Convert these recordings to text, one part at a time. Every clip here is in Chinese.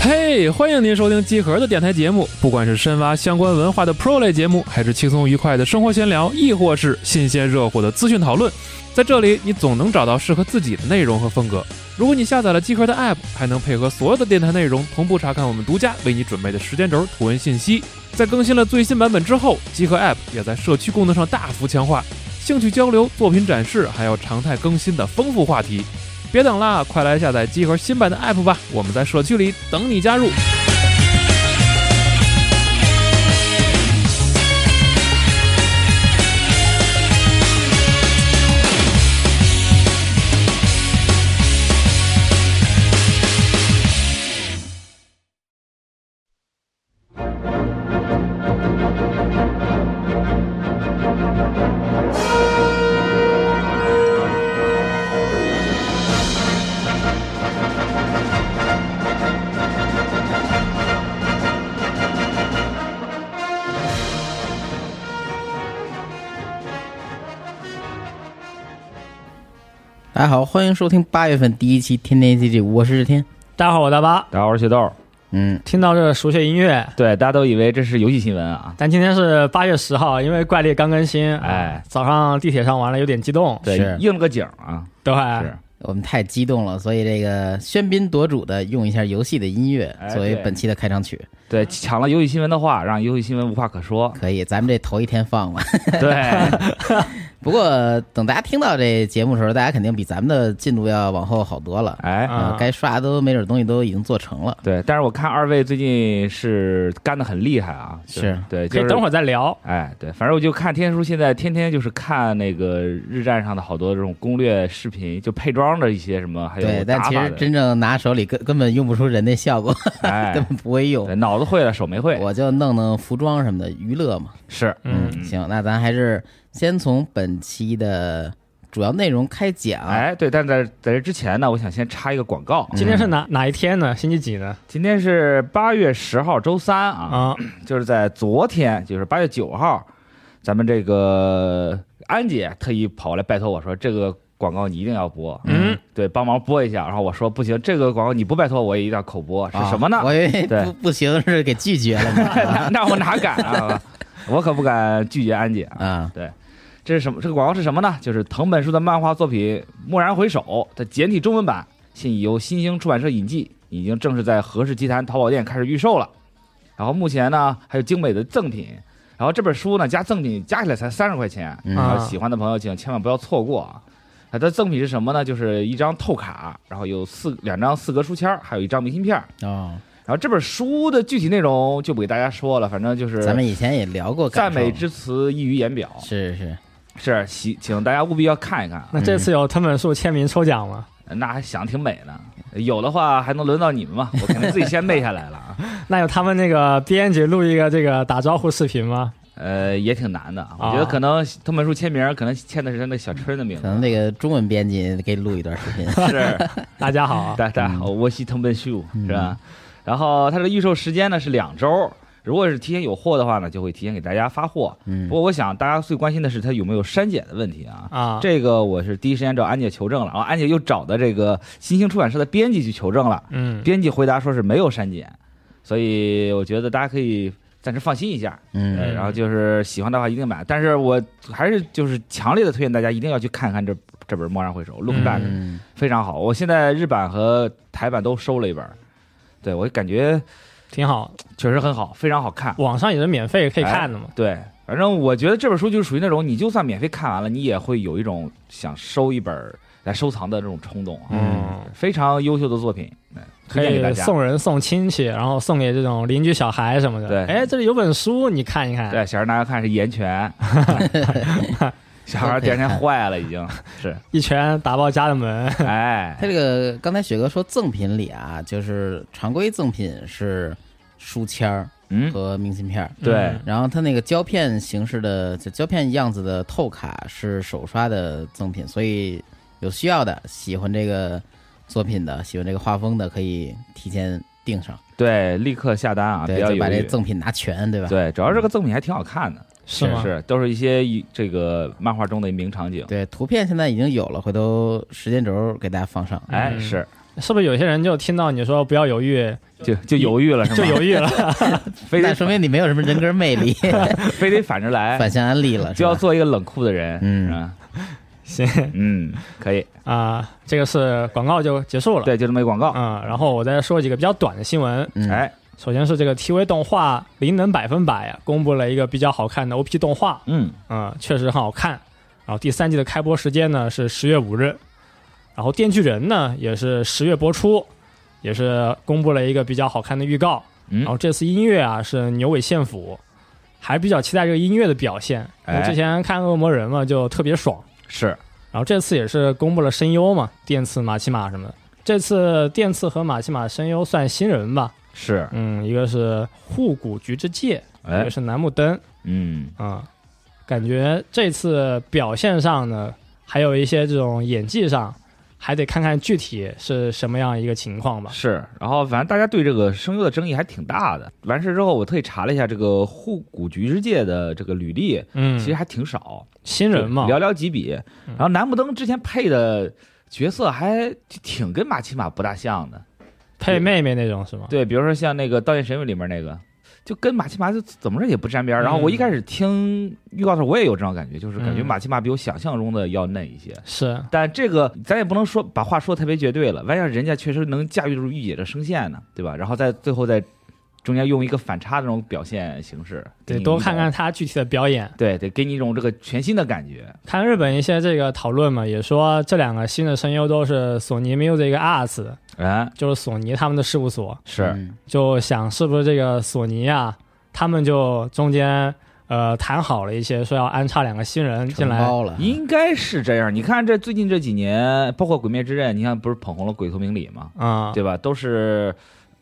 嘿欢迎您收听机壳的电台节目，不管是深挖相关文化的 Pro 类节目，还是轻松愉快的生活闲聊，亦或是新鲜热乎的资讯讨论，在这里你总能找到适合自己的内容和风格。如果你下载了机壳的 App，还能配合所有的电台内容同步查看我们独家为你准备的时间轴、图文信息。在更新了最新版本之后，机壳 App 也在社区功能上大幅强化，兴趣交流、作品展示，还有常态更新的丰富话题。别等啦，快来下载机核新版的 App 吧！我们在社区里等你加入。大家好，欢迎收听八月份第一期《天天 ACG》，我是日天。大家好，我大巴。大家好，我是雪豆。嗯，听到这熟悉音乐，对，大家都以为这是游戏新闻啊。但今天是八月十号，因为怪猎刚更新，啊哎，早上地铁上玩了有点激动，对是，应了个景儿啊。对，是，我们太激动了，所以这个喧宾夺主的用一下游戏的音乐哎作为对本期的开场曲，对，抢了游戏新闻的话，让游戏新闻无话 。可说可以，咱们这头一天放 吧。对，不过等大家听到这节目的时候，大家肯定比咱们的进度要往后好多了。哎，啊啊，该刷的都没准东西都已经做成了。对，但是我看二位最近是干的很厉害啊。就是对，可就以是等会儿再聊。哎，对，反正我就看天叔现在天天就是看那个日站上的好多这种攻略视频，就配装的一些什么，还有对，但哎打其法实的，真正拿手里根根本用不出人那效果， 根哎，本不会用对，。脑子会了，手没会，我就弄弄服装什么的娱乐嘛。是，嗯，行，那咱还是先从本期的主要内容开讲。哎，对，但在在这之前呢，我想先插一个广告。今天是哪哪一天呢？星期几呢？今天是八月十号，周三啊，啊，就是在昨天，就是八月九号，咱们这个安姐特意跑过来拜托我说，这个广告你一定要播，嗯，对，帮忙播一下。然后我说不行，这个广告你不拜托我也一定要口播，是啊什么呢？我以 为对不不行是给拒绝了 呢那那我哪敢啊？我可不敢拒绝安姐啊！啊！这是什么？这个广告是什么呢？就是藤本树的漫画作品《蓦然回首》的简体中文版，现已由新兴出版社引进，已经正式在和氏集团淘宝店开始预售了。然后目前呢，还有精美的赠品。然后这本书呢，加赠品加起来才三十块钱，嗯然啊后喜欢的朋友请千万不要错过啊！它的赠品是什么呢？就是一张透卡，然后有四两张四格书签儿，还有一张明信片儿。哦，然后这本书的具体内容就不给大家说了，反正就是咱们以前也聊过感赞受美之词溢于言表，是是，是喜，请大家务必要看一看啊，那这次有藤本树签名抽奖吗？那还想挺美的，有的话还能轮到你们吗？我肯定自己先背下来了啊，那有他们那个编辑录一个这个打招呼视频吗？呃，也挺难的啊，我觉得可能藤本树签名可能签的是他那小春的名可字，能那个中文编辑给录一段视 频。是， 大家好啊，大大家好，我是藤本树，是吧？嗯然后它的预售时间呢是两周。如果是提前有货的话呢，就会提前给大家发货。嗯不过我想大家最关心的是它有没有删减的问题啊。啊，这个我是第一时间找安姐求证了，然后安姐又找的这个新兴出版社的编辑去求证了，嗯，编辑回答说是没有删减，所以我觉得大家可以暂时放心一下。嗯，呃然后就是喜欢的话一定买，但是我还是就是强烈的推荐大家一定要去看看这这本《蓦然回首》，Look Back，、嗯，非常好。我现在日版和台版都收了一本，对我感觉挺好，确实很好，非常好看。网上也是免费可以看的嘛。对，反正我觉得这本书就是属于那种，你就算免费看完了，你也会有一种想收一本儿来收藏的这种冲动啊。嗯，非常优秀的作品，对可推荐给大以家。送人、送亲戚，然后送给这种邻居小孩什么的。对哎，这里有本书，你看哎一看。对，小孩大家看是 岩 泉，小孩第二天坏了 已经。一拳打爆家的门。哎他，这个刚才雪哥说赠品里啊，就是常规赠品是书签儿嗯，和明信片儿。对嗯然后它那个胶片形式的，就胶片样子的透卡是手刷的赠品，所以有需要的、喜欢这个作品的、喜欢这个画风的，可以提前订上，对，立刻下单啊，不对，要就把犹这豫。赠品拿全，对吧？对，主要是这个赠品还挺好看的，是吗？是都是一些一这个漫画中的名场景。对，图片现在已经有了，回头时间轴给大家放上。哎，嗯是是不是有些人就听到你说不要犹豫就就犹豫了是吗？就犹豫 了？非那得说明你没有什么人格魅 力，非得反着来，反向安利了，就要是吧做一个冷酷的人，嗯 是吧？行嗯，可以，啊、这个是广告就结束了。对，就这么一广告。嗯，然后我再说几个比较短的新闻。嗯，哎，首先是这个 TV 动画《灵能百分百》啊，公布了一个比较好看的 OP 动画，嗯，嗯，确实很好看。然后第三季的开播时间呢是十月五日，然后《电锯人呢》也是十月播出，也是公布了一个比较好看的预告。嗯然后这次音乐啊是牛尾宪辅，还比较期待这个音乐的表现。哎我之前看《恶魔人》嘛，就特别爽。是，然后这次也是公布了声优嘛，电次、马奇马什么的。这次电次和马奇马声优算新人吧，是，嗯，一个是护谷菊之介，一哎个，是楠木灯，嗯，啊、感觉这次表现上呢，还有一些这种演技上，还得看看具体是什么样一个情况吧。是。然后反正大家对这个声优的争议还挺大的。完事之后，我特意查了一下这个护谷局之界的这个履历，嗯，其实还挺少，新人嘛，寥寥几笔。嗯然后南木登之前配的角色还挺跟马奇马不大像的，配妹妹那种是吗？对，比如说像那个《刀剑神域》里面那个，就跟马奇马就怎么着也不沾边儿。然后我一开始听预告的时候，我也有这种感觉，就是感觉嗯马奇马比我想象中的要嫩一些。是，但这个咱也不能说把话说得特别绝对了，万一让人家确实能驾驭住御姐的声线呢，对吧？然后在最后在中间用一个反差的那种表现形式，给得你一多种看看，她具体的表演。对，得给你一种这个全新的感觉。看日本一些这个讨论嘛，也说这两个新的声优都是索尼 Music Arts，哎，就是索尼他们的事务所，是，嗯就想是不是这个索尼啊，他们就中间呃谈好了一些，说要安插两个新人进承来，包了，应该是这样。你看这最近这几年，包括《鬼灭之刃》，你看不是捧红了鬼头明里吗？啊、对吧？都是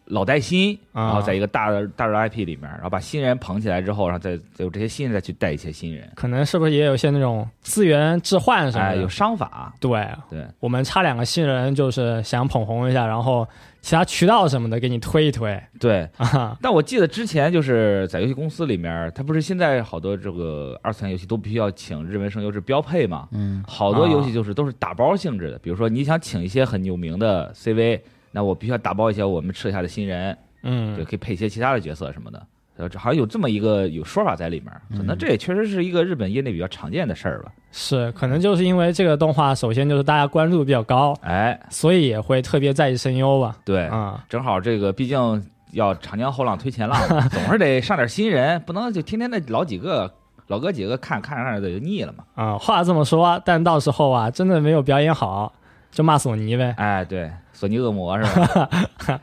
老带新，啊然后在一个大的大的 IP 里面，然后把新人捧起来之后，然后再再有这些新人再去带一些新人，可能是不是也有些那种资源置换什么哎，的？有商法，对，对，我们插两个新人，就是想捧红一下，然后其他渠道什么的给你推一推对。啊。但我记得之前就是在游戏公司里面，他不是现在好多这个二次元游戏都必须要请日文声优是标配嘛？嗯，好啊多游戏就是都是打包性质的，比如说你想请一些很有名的 CV，那我必须要打包一些我们撤下的新人，对，嗯，可以配一些其他的角色什么的。呃，这好像有这么一个有说法在里面，可能嗯这也确实是一个日本业内比较常见的事儿吧。是，可能就是因为这个动画，首先就是大家关注度比较高，哎，所以也会特别在意声优吧。对，嗯啊、正好这个毕竟要长江后浪推 前浪，总是得上点新人，不能就天天那老几个老哥几个看看着看着就腻了嘛。啊、话这么说，但到时候啊，真的没有表演好，就骂索尼呗。哎，对，索尼恶魔是吧？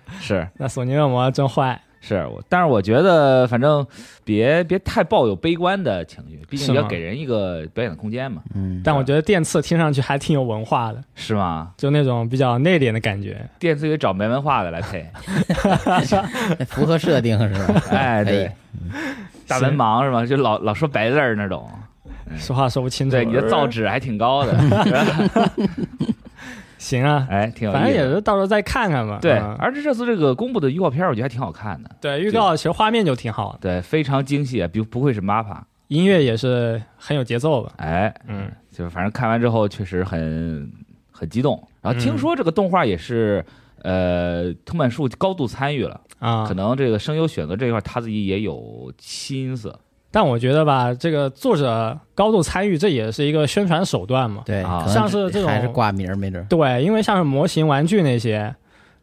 是那索尼恶魔真坏，是，我但是我觉得反正别别太抱有悲观的情绪，毕是竟吗要给人一个表演的空间嘛，嗯，但我觉得电次听上去还挺有文化的，是吗？就那种比较内敛的感觉。电视里找没文化的 来配，哎符合设定是吧？ 哎，可以对，大文盲是吧？就老老说白字儿那种，说话说不清楚。对，你的造纸还挺高的， 是吧行啊，哎，挺有意思的。反正也是到时候再看看吧。对，嗯而且这次这个公布的预告片，我觉得还挺好看的，对，预告其实画面就挺好的，对，非常精细，不不愧是 MAPA，音乐也是很有节奏吧。哎，嗯，就是反正看完之后确实很很激动。然后听说这个动画也是，呃，藤本树高度参与了，啊，可能这个声优选择这一块他自己也有心思但我觉得吧，这个作者高度参与，这也是一个宣传手段嘛。对，啊可能像是这种还是挂名儿没准儿，对，因为像是模型、玩具那些，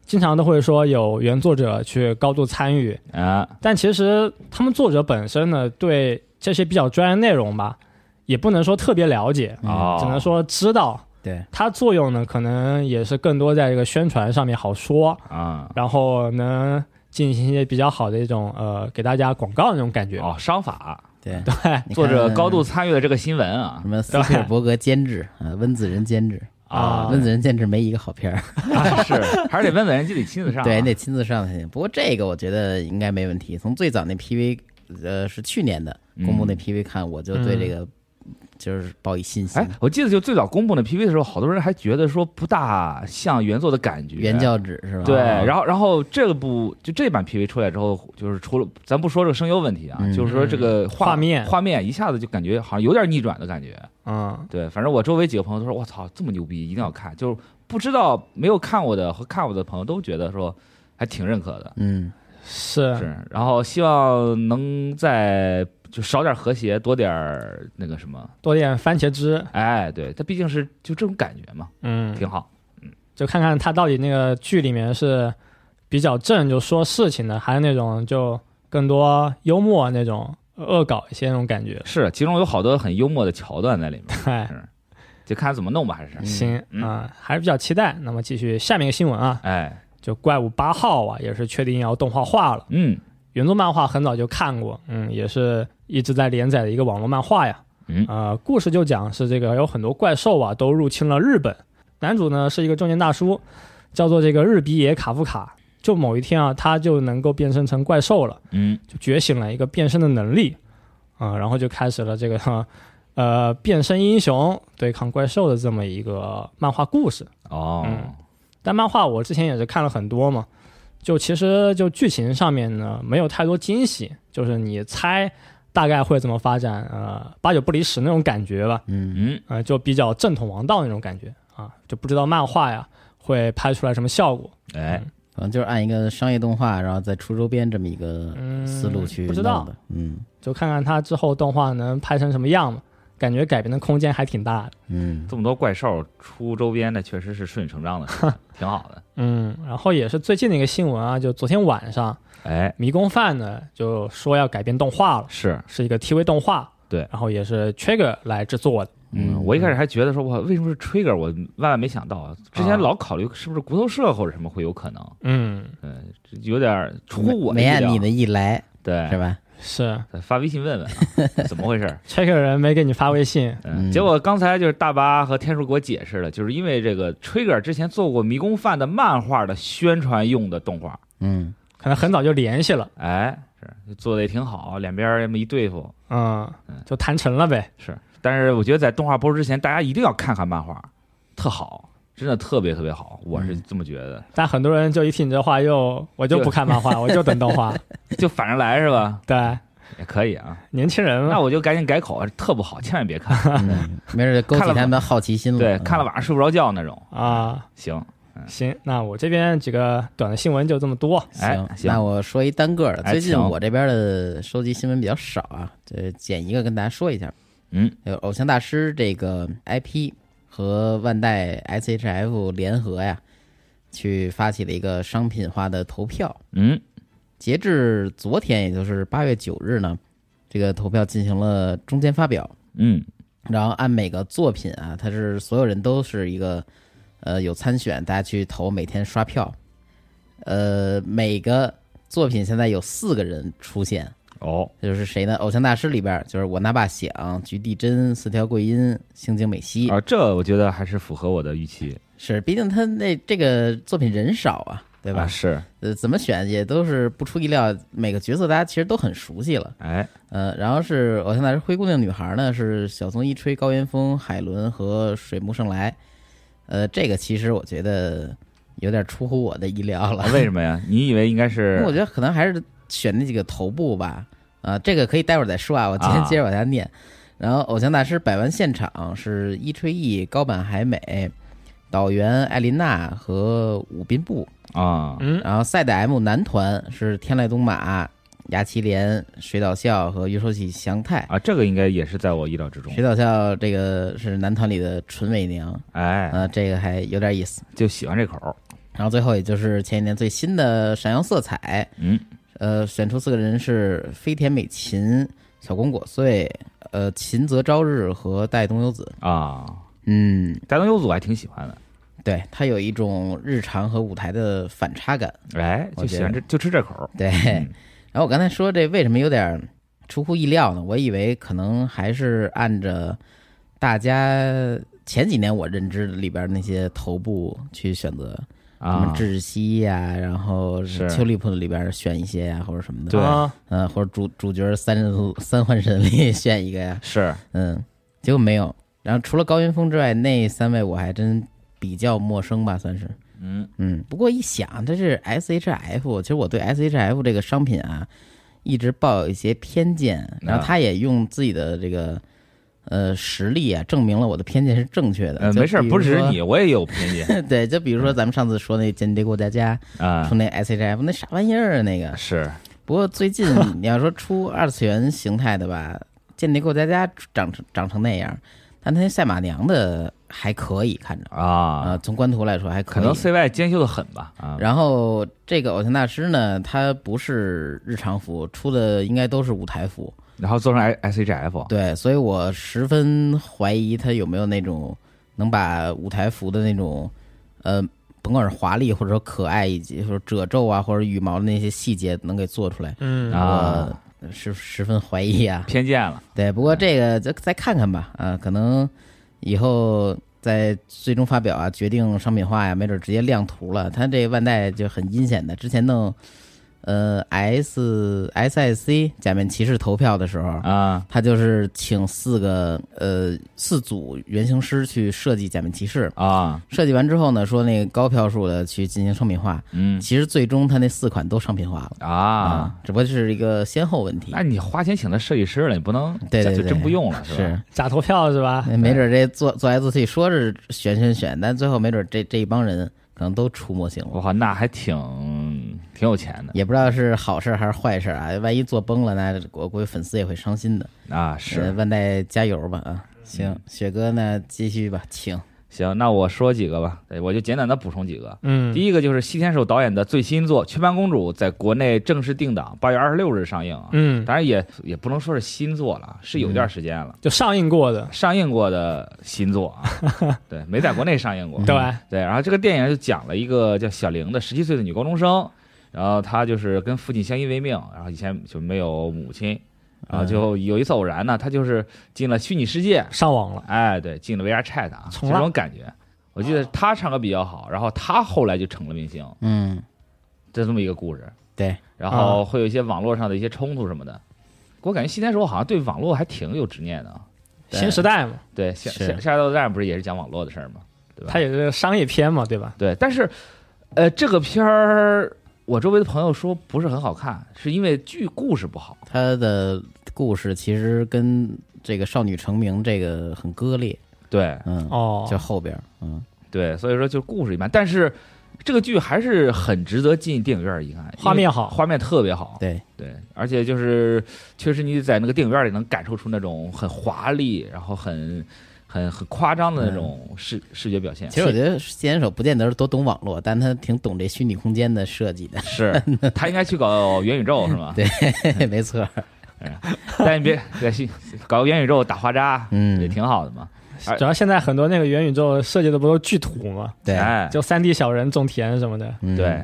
经常都会说有原作者去高度参与，啊，但其实他们作者本身呢，对这些比较专业内容吧，也不能说特别了解，嗯哦只能说知道。对，它作用呢，可能也是更多在这个宣传上面好说，啊，然后能进行一些比较好的一种呃给大家广告的那种感觉。哦，商法对，对，你看作者高度参与了这个新闻 啊什么斯皮尔伯格监制啊，温子仁监制，啊温子仁监制没一个好片儿，啊是，还是得问问人家得亲自上啊，对，你得亲自上才行。不过这个我觉得应该没问题。从最早那 PV，呃，是去年的嗯公布那 PV 看，我就对这个就是抱以信心哎。，我记得就最早公布那 PV 的时候，好多人还觉得说不大像原作的感觉，原教旨是吧？对，啊然后然后这部就这版 PV 出来之后，就是除了咱不说这个声优问题啊，嗯就是说这个画画面画面一下子就感觉好像有点逆转的感觉。嗯对，反正我周围几个朋友都说：“我操，这么牛逼，一定要看！”就是不知道没有看过的和看过的朋友都觉得说还挺认可的，嗯，是是。然后希望能在就少点和谐，多点儿那个什么，多点番茄汁，哎，对，它毕竟是就这种感觉嘛，嗯，挺好。就看看他到底那个剧里面是比较正，就说事情的，还是那种就更多幽默那种恶搞一些那种感觉。 是，其中有好多很幽默的桥段在里面，哎，就看怎么弄吧，还是。行啊、嗯还是比较期待。那么继续下面一个新闻啊，哎，就怪物八号啊，也是确定要动画化了。嗯原作漫画很早就看过，嗯，也是一直在连载的一个网络漫画呀。嗯呃，故事就讲是这个有很多怪兽啊都入侵了日本，男主呢是一个中年大叔，叫做这个日比野卡夫卡。就某一天啊，他就能够变身成怪兽了，嗯就觉醒了一个变身的能力，啊、然后就开始了这个 呃变身英雄对抗怪兽的这么一个漫画故事。哦嗯但漫画我之前也是看了很多嘛，就其实就剧情上面呢没有太多惊喜，就是你猜大概会怎么发展，呃，八九不离十那种感觉吧，嗯，嗯呃，就比较正统王道那种感觉啊，就不知道漫画呀会拍出来什么效果，哎可能就是按一个商业动画，然后再出周边这么一个嗯思路去不知弄道的，嗯就看看它之后动画能拍成什么样嘛，感觉改编的空间还挺大的。嗯这么多怪兽出周边的，确实是顺理成 章的，挺好的。嗯，然后也是最近的一个新闻啊，就昨天晚上哎，迷宫饭呢就说要改编动画了，是，是一个 TV 动画，对然后也是 Trigger 来制作的。嗯，我一开始还觉得说，我为什么是 Trigger，我万万没想到，啊，之前老考虑是不是骨头社或者什么会有可能，嗯，嗯，这有点儿出乎我没意没按料哎你的意来是对，吧？是发微信问问啊怎么 回事。这个人没给你发微信，嗯，嗯结果刚才就是大巴和天叔给我解释了，就是因为这个 Trigger 之前做过《迷宫饭》的漫画的宣传用的动画，嗯可能很早就联系了，哎，是做的也挺好，两边儿这么一对付，嗯嗯，就谈成了呗。是，但是我觉得在动画播出之前，大家一定要看看漫画，特好，真的特别特别好，我是嗯这么觉得。但很多人就一听你这话又，我就不看漫 画，我就等动画。就反着来是吧？对，也可以啊。年轻人那嘛，我就赶紧改口，啊特不好，千万别看。 嗯，没准勾起看了他吧们的好奇心了。对，嗯看了晚上睡不着觉那种。啊，行，行，那我这边几个短的新闻就这么多。哎行，行那我说一单个的。哎最近请我这边的收集新闻比较少啊，这捡一个跟大家说一下。嗯，有偶像大师这个 IP 和万代 SHF 联合呀，去发起了一个商品化的投票。嗯截至昨天，也就是八月九日呢，这个投票进行了中间发表，嗯然后按每个作品啊，它是所有人都是一个呃有参选，大家去投，每天刷票。呃，每个作品现在有四个人出现，哦，这就是谁呢？偶像大师里边儿就是我那爸想、菊地真、四条桂音、星井美希，啊，这我觉得还是符合我的预期，是，毕竟他那这个作品人少啊，对对吧？是，呃，怎么选也都是不出意料，每个角色大家其实都很熟悉了。 哎，呃，然后是偶像大师灰姑娘女孩呢，是小松一吹、高原风、海伦和水木胜来。呃，这个其实我觉得有点出乎我的意料了啊，为什么呀？你以为应该是那我觉得可能还是选那几个头部吧。啊、这个可以待会儿再说啊，我今天啊接着往下念。然后偶像大师百万现场是伊吹义、高坂海美、岛原艾琳娜和武滨部。啊？嗯，然后赛的 M 男团是天籁东马、牙崎莲、水岛笑和于寿喜祥太。啊，这个应该也是在我意料之中水。岛笑这个是男团里的纯伪娘，哎，呃，这个还有点意思。就喜欢这口儿。然后最后也就是前一年最新的《闪耀色彩》，嗯，呃，选出四个人是飞田美琴、小宫果穗、呃秦泽朝日和戴东优子。啊，嗯，大东优组还挺喜欢的。对，它有一种日常和舞台的反差感。哎，我就喜觉欢得这，就吃这口儿。对，嗯然后我刚才说这为什么有点出乎意料呢？我以为可能还是按着大家前几年我认知里边那些头部去选择，什么啊，窒息呀、然后是秋丽铺里边选一些呀、或者什么的，对啊，嗯、或者主主角三人三幻神里 选一个呀，是嗯，结果没有。然后除了高云峰之外，那三位我还真比较陌生吧，算是。嗯嗯，不过一想，这是 SHF，其实我对 SHF 这个商啊品啊，一直抱有一些偏见。然后他也用自己的这个呃实例啊，证明了我的偏见是正确的。呃，就没事儿，比不如只是说你，嗯我也有偏 见对，就比如说咱们上次说那《间谍过家家》啊出。那 SHF 那啥玩意儿啊那个，是，不过最近你要说出二次元形态的吧，《间谍过家家》长成长成那样，但他那赛马娘的还可以看着啊、啊，从官图来说还可可以。能 CY 兼修的很吧啊，然后这个偶像大师呢，他不是日常服，出的应该都是舞台服，然后做成 S H F，对，所以我十分怀疑他有没有那种能把舞台服的那种，呃，甭管是华丽或者说可爱以及说褶皱啊或者羽毛的那些细节能给做出来，嗯啊我是十分怀疑啊。偏见了，对，不过这个再再看看吧，啊，可能以后在最终发表啊，决定商品化呀，没准直接亮图了。他这万代就很阴险的，之前弄呃 S S I C 假面骑士投票的时候。啊他就是请四个呃四组原型师去设计假面骑士，啊，设计完之后呢，说那个高票数的去进行商品化。 嗯其实最终他那四款都商品化了啊，，只不过是一个先后问题那。你花钱请的设计师了，你不能对对就对真不用了吧？是，假投票是吧？没准这做做来做去说是选选选，但最后没准这这一帮人可能都出模型了，我靠，那还挺挺有钱的也不知道是好事还是坏事啊！万一做崩了，那我估计粉丝也会伤心的。啊！呃是嗯万代加油吧啊！行，雪哥呢继续吧，请。行，那我说几个吧，哎对我就简短的补充几个。嗯第一个就是西天守导演的最新作《雀斑公主》在国内正式定档，八月二十六日上映啊。嗯，当然也也不能说是新作了，是有段时间了，就上映过的，上映过的新作啊， 对，没在国内上映过。对，对，然后这个电影就讲了一个叫小玲的十七岁的女高中生，然后她就是跟父亲相依为命，然后以前就没有母亲，嗯然后就有一次偶然呢，她就是进了虚拟世界，上网了，哎，对，进了 VR Chat 啊，就从这了种感觉。我记得她唱歌比较好，然后她后来就成了明星，嗯，就这么一个故事。对，然啊后会有一些网络上的一些冲突什么的。我感觉西天守好像对网络还挺有执念的啊。对新时代嘛，对，下是下下一道战不是也是讲网络的事儿吗？对吧？它也是商业片嘛，对吧？对，但是，呃，这个片儿，我周围的朋友说不是很好看，是因为剧故事不好。他的故事其实跟这个少女成名这个很割裂，对嗯，哦就，后边儿，嗯，对，所以说就故事一般，但是这个剧还是很值得进电影院一看，因为画面好画面特别好。对，对，而且就是确实你在那个电影院里能感受出那种很华丽，然后很很很夸张嗯的那种视、视觉表现。其实我觉得纪言手不见得是多懂网络，但他挺懂这虚拟空间的设计的，是他应该去搞元宇宙是吗？ 对嗯没错儿，但你别别去搞元宇宙打花渣，嗯也挺好的嘛。主要现在很多那个元宇宙设计的不都是巨土嘛，对，哎，就三 D 小人种田什么的，嗯对，，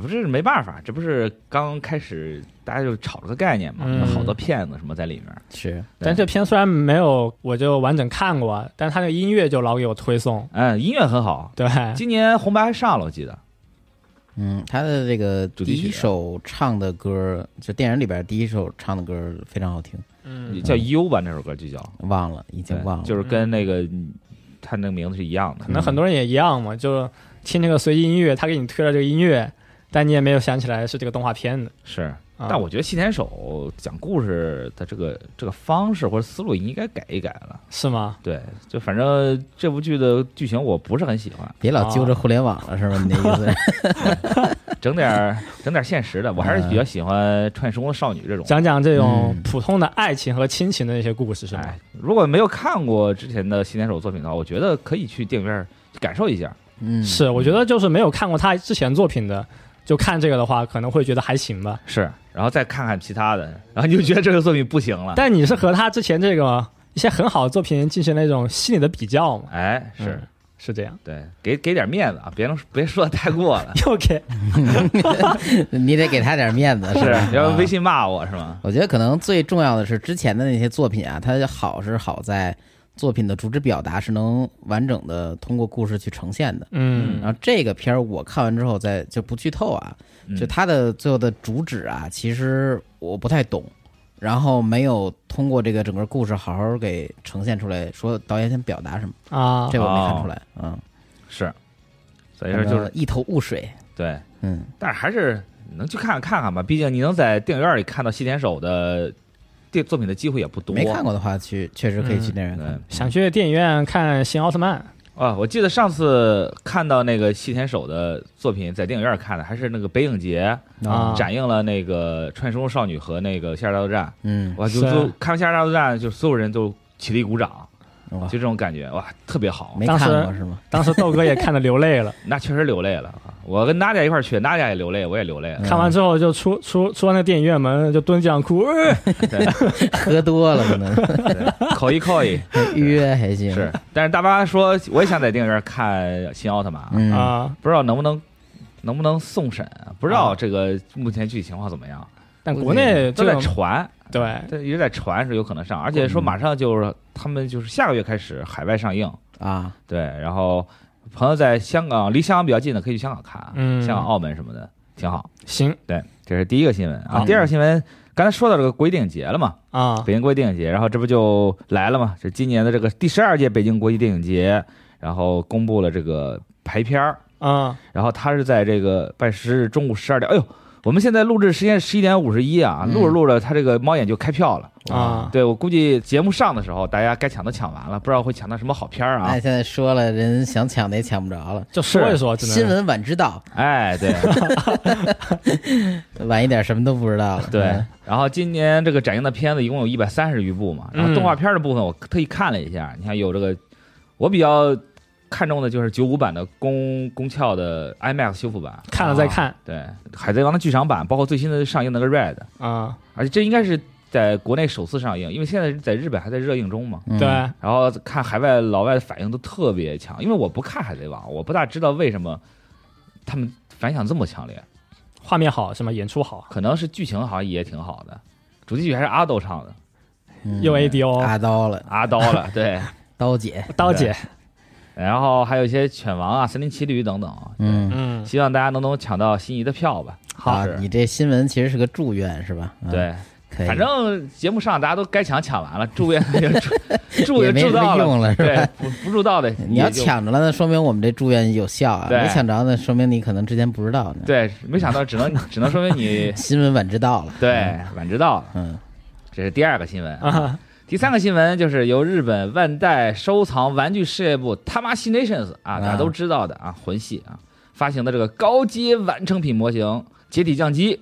不是没办法，这不是刚开始大家就炒了个概念嘛，嗯有好多骗子什么在里面。是，对但这片虽然没有我就完整看过啊，但它那个音乐就老给我推送，嗯，音乐很好，对，今年红白还上了，我记得。嗯，他的这个主第题曲啊一首唱的歌，就电影里边第一首唱的歌非常好听，嗯，叫 U 吧，那首歌就叫，忘了，已经对忘了，就是跟那个他那个名字是一样的可。能很多人也一样嘛，就听那个随机音乐，他给你推了这个音乐，但你也没有想起来是这个动画片的。是，啊、但我觉得细田守讲故事的这个这个方式或者思路应该改一改了。是吗？对，就反正这部剧的剧情我不是很喜欢， 别老揪着互联网了，是吧？你的意思？啊整点儿整点儿现实的，我嗯还是比较喜欢《穿越时空的少女》这种。讲讲这种嗯普通的爱情和亲情的一些故事是吗？哎，如果没有看过之前的新联手作品的话，我觉得可以去电影院感受一下。 嗯，是，我觉得就是没有看过他之前作品的，就看这个的话，可能会觉得还行吧。是，然后再看看其他的，然后你就觉得这个作品不行了。但你是和他之前这个一些很好的作品进行了一种心理的比较嘛？哎，是、嗯是这 样，。对，给给点面子啊，别能别说的太过了 又给你得给他点面子，是吧？，要啊微信骂我是吗？我觉得可能最重要的是之前的那些作品啊，它好是好在作品的主旨表达是能完整的通过故事去呈现的。嗯然后这个片儿我看完之后再就不剧透啊，嗯就它的最后的主旨啊，其实我不太懂，然后没有通过这个整个故事好好给呈现出来，说导演想表达什么，啊这我没看出来，嗯，是，所以说就是一头雾水，对，嗯，但是还是能去看看看看吧，毕竟你能在电影院里看到细田守的电作品的机会也不多。没看过的话，去确实可以去电影院看嗯。啊想去电影院看新奥特曼，啊，我记得上次看到那个细田守的作品，在电影院看的，还是那个北影节、嗯啊展映了那个《穿越时空少女》和那个《夏日大作战》，嗯，哇，就是就看完《夏日大作战》，就所有人都起立鼓掌，哇就，这种感觉，哇，特别好。啊没看过是吗？ 当时豆哥也看得流泪了，那确实流泪了，啊我跟娜姐一块儿去，娜姐也流泪，我也 流泪了。看完之后就出出出了那电影院门就蹲地上哭，呃对，喝多了可能 对口一口一约还行。是，但是大巴说我也想在电影院看新奥特曼啊，嗯啊！不知道能不能能不能送审啊，不知道这个目前具体情况怎么啊样，但国内这都在个传，对这一直在传是有可能上，而嗯且说马上就是他们就是下个月开始海外上映，啊，对，然后朋友在香港离香港比较近的可以去香港看，嗯香港、澳门什么的挺好。行对，这是第一个新闻啊。好第二个新闻，刚才说到这个国际电影节了嘛，啊，北京国际电影节，然后这不就来了嘛？这今年的这个第十二届北京国际电影节，然后公布了这个排片儿，啊然后它是在这个拜十日中午十二点，哎呦，我们现在录制时间十一点五十一啊，嗯录着录着它这个猫眼就开票了。啊，对我估计节目上的时候，大家该抢的抢完了，不知道会抢到什么好片儿啊哎，？现在说了，人想抢的也抢不着了。就说一说，只新能闻晚知道，哎，对晚一点什么都不知道了。对嗯，。然后今年这个展映的片子一共有一百三十余部嗯嘛，然后动画片的部分我特意看了一下，你看有这个，我比较看重的就是九五版的宫宫壳的 IMAX 修复版，啊看了再看对，海贼王的剧场版，包括最新的上映那个 Red。啊，而且这应该是在国内首次上映，因为现在在日本还在热映中嘛。嗯对，然后看海外老外的反应都特别强，因为我不看海贼王，我不大知道为什么他们反响这么强烈，画面好是吗？演出好，可能是剧情好像也挺好的，主题曲还是阿豆唱的，嗯又 ADO 大刀了，阿刀了，对。刀姐，刀姐，然后还有一些犬王啊、森林奇旅等等啊，嗯，嗯，希望大家能能抢到心仪的票吧。啊是你这新闻其实是个祝愿是吧？嗯，对，可以，反正节目上大家都该抢抢完了，祝愿 就 祝祝也也没祝什到么了，用了是吧？对，不不祝到的你要也就抢着了，那说明我们这祝愿有效啊；对没抢着，那说明你可能之前不知道呢。，对，没想到只能只能说明 你新闻晚知道了。对晚知道了。嗯，这是第二个新闻啊。啊第三个新闻就是由日本万代收藏玩具事业部 Tamashi Nations 啊，啊大家都知道的啊，魂系啊发行的这个高阶完成品模型解体降机，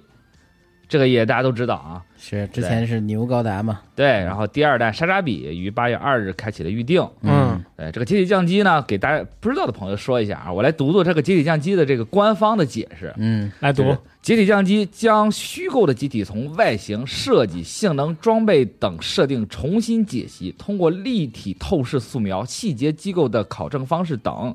这个也大家都知道啊。嗯，是之前是牛高达嘛？对，然后第二代莎莎比于八月二日开启了预定。嗯对，这个解体降机呢，给大家不知道的朋友说一下啊，我来读读这个解体降机的这个官方的解释。嗯来就是读解体降机将虚构的机体从外形、设计、性能、装备等设定重新解析，通过立体透视素描、细节机构的考证方式等，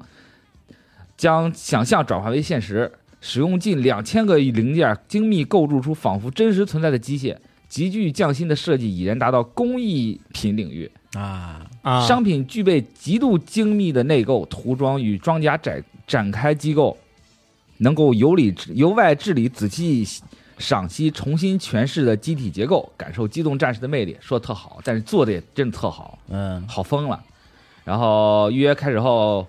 将想象转化为现实。使用近两千个零件，精密构筑出仿佛真实存在的机械。极具匠心的设计已然达到工艺品领域，啊，啊，商品具备极度精密的内构、涂装与装甲展展开机构，能够由里由外至里仔细赏析、重新诠释的机体结构，感受机动战士的魅力。说的特好，但是做的也真的特好，嗯好疯了。然后预约开始后，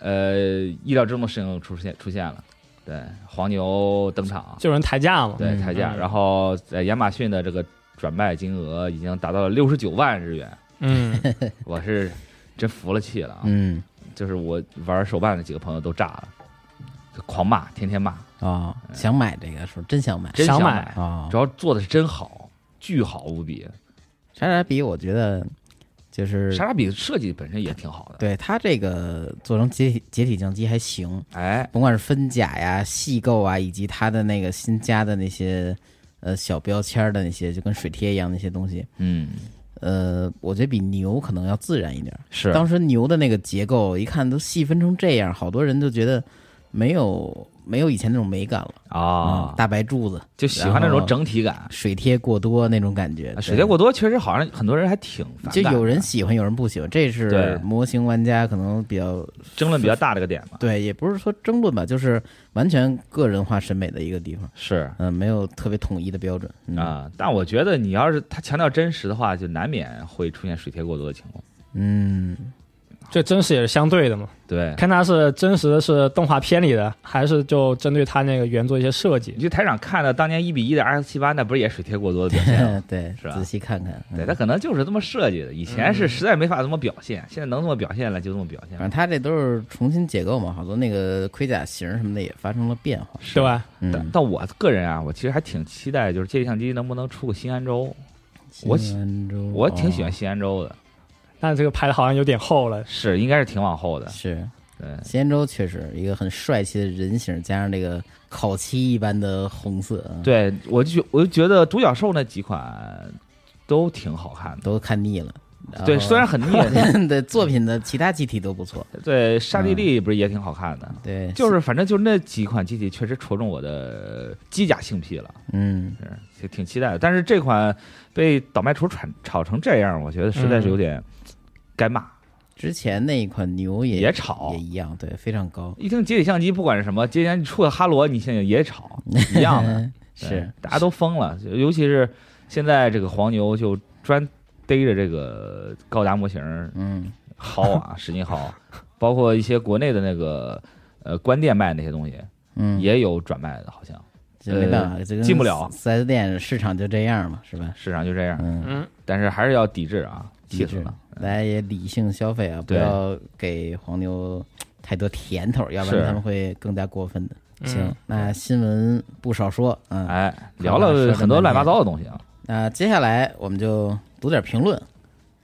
呃，意料之中的事情出现出现了，对，黄牛登场，就有人抬价嘛，对嗯抬价，嗯然后在亚马逊的这个转卖金额已经达到了六十九万日元。嗯， 我是真服了气了啊！嗯就是我玩手办的几个朋友都炸了，就狂骂，天天骂，哦，想买这个说真想买嗯真想买。买哦主，要做的是真好，巨好无比。莎莎比我觉得就是莎莎比的设计本身也挺好的，对它这个做成解体解体降机还行，哎，甭管是分甲呀、细构啊，以及它的那个新加的那些呃小标签儿的那些，就跟水贴一样那些东西，嗯，呃，我觉得比牛可能要自然一点儿。是当时牛的那个结构一看都细分成这样，好多人就觉得没有没有以前那种美感了啊嗯，大白柱子、就喜欢那种然后整体感。水贴过多那种感觉，啊对水贴过多确实好像很多人还挺反就感的，有人喜欢，有人不喜欢，这对是模型玩家可能比较争论比较大这个点嘛。对，也不是说争论吧，就是完全个人化审美的一个地方，是嗯、没有特别统一的标准，嗯、啊，但我觉得你要是他强调真实的话，就难免会出现水贴过多的情况。嗯，这真实也是相对的嘛，对，看它是真实的是动画片里的，还是就针对它那个原作一些设计你。去台场看的当年一比一的 S 七八，那不是也水贴过多的表现 吗？对，是吧仔细看看。嗯对，他可能就是这么设计的。以前是实在没法这么表现，现在能这么表现了就这么表现反。正它这都是重新解构嘛，好多那个盔甲型什么的也发生了变化。对吧？但嗯，但我个人啊，我其实还挺期待，就是借力相机能不能出个新安州？我喜我挺喜哦欢新安州的，但这个拍的好像有点厚了，是应该是挺往后的。是对，西安州确实一个很帅气的人形，加上这个烤漆一般的红色，啊，对我就觉我就觉得独角兽那几款都挺好看的。都看腻了。对，虽然很 腻，然对作品的其他机体都不 错，对，沙嗯莉莉不是也挺好看的。对，就是反正就是那几款机体确实戳中我的机甲性癖了，嗯，是挺挺期待的。但是这款被倒卖厨炒炒成这样，我觉得实在是有点该骂，之前那一款牛也也炒也。一样，对，非常高，一听街里相机，不管是什么，街里相机出的哈罗，你现在也炒一样的，对是大家都疯了，尤其是现在这个黄牛就专逮着这个高达模型儿嗯薅啊，使劲薅，包括一些国内的那个呃关店卖那些东西，嗯，也有转卖的，好像这没办法，这跟进不了四 S 店市场就这样嘛，是吧？市场就这样，嗯，嗯，但是还是要抵制啊，气死了。大家也理性消费啊，不对要给黄牛太多甜头，要不然是他们会更加过分的。嗯行，那新闻不少说啊，哎，聊了很多乱七八糟的东西啊。那接下来我们就读点评论。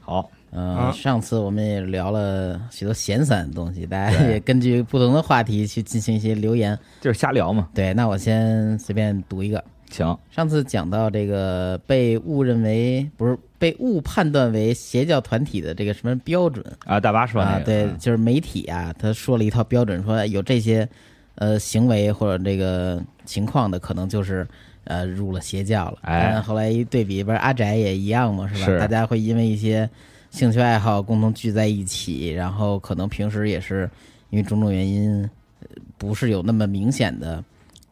好，嗯、啊上次我们也聊了许多闲散的东西，大家对也根据不同的话题去进行一些留言。就是瞎聊嘛。对，那我先随便读一个。啊行，上次讲到这个被误认为不是被误判断为邪教团体的这个什么标准，啊，大巴说那啊，个，对，嗯就是媒体啊，他说了一套标准，说哎有这些呃行为或者这个情况的，可能就是呃入了邪教了。哎但后来一对比，不是阿宅也一样嘛，是吧？是大家会因为一些兴趣爱好共同聚在一起，然后可能平时也是因为种种原因，呃不是有那么明显的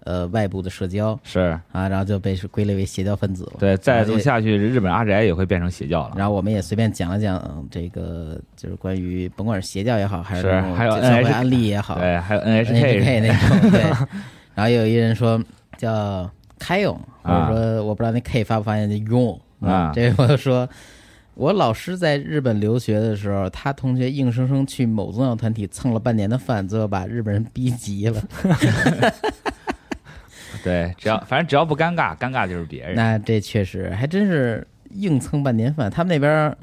呃外部的社交是，啊，然后就被归类为邪教分子了。对，再这么而且下去，日本阿宅也会变成邪教了。然后我们也随便讲了讲嗯这个，就是关于甭管是邪教也好，还是是那种还有社会 NHK 案例也好对，还有，NHK 那种对。然后也有一人说叫 k y o 或者啊说我不知道那 K 发不发现那 Yon 啊这位朋友说，我老师在日本留学的时候，他同学硬生生去某宗教团体蹭了半年的饭，最后把日本人逼急了。 对，只要反正只要不尴尬，尴尬就是别人。那这确实还真是硬蹭半年饭，他们那边儿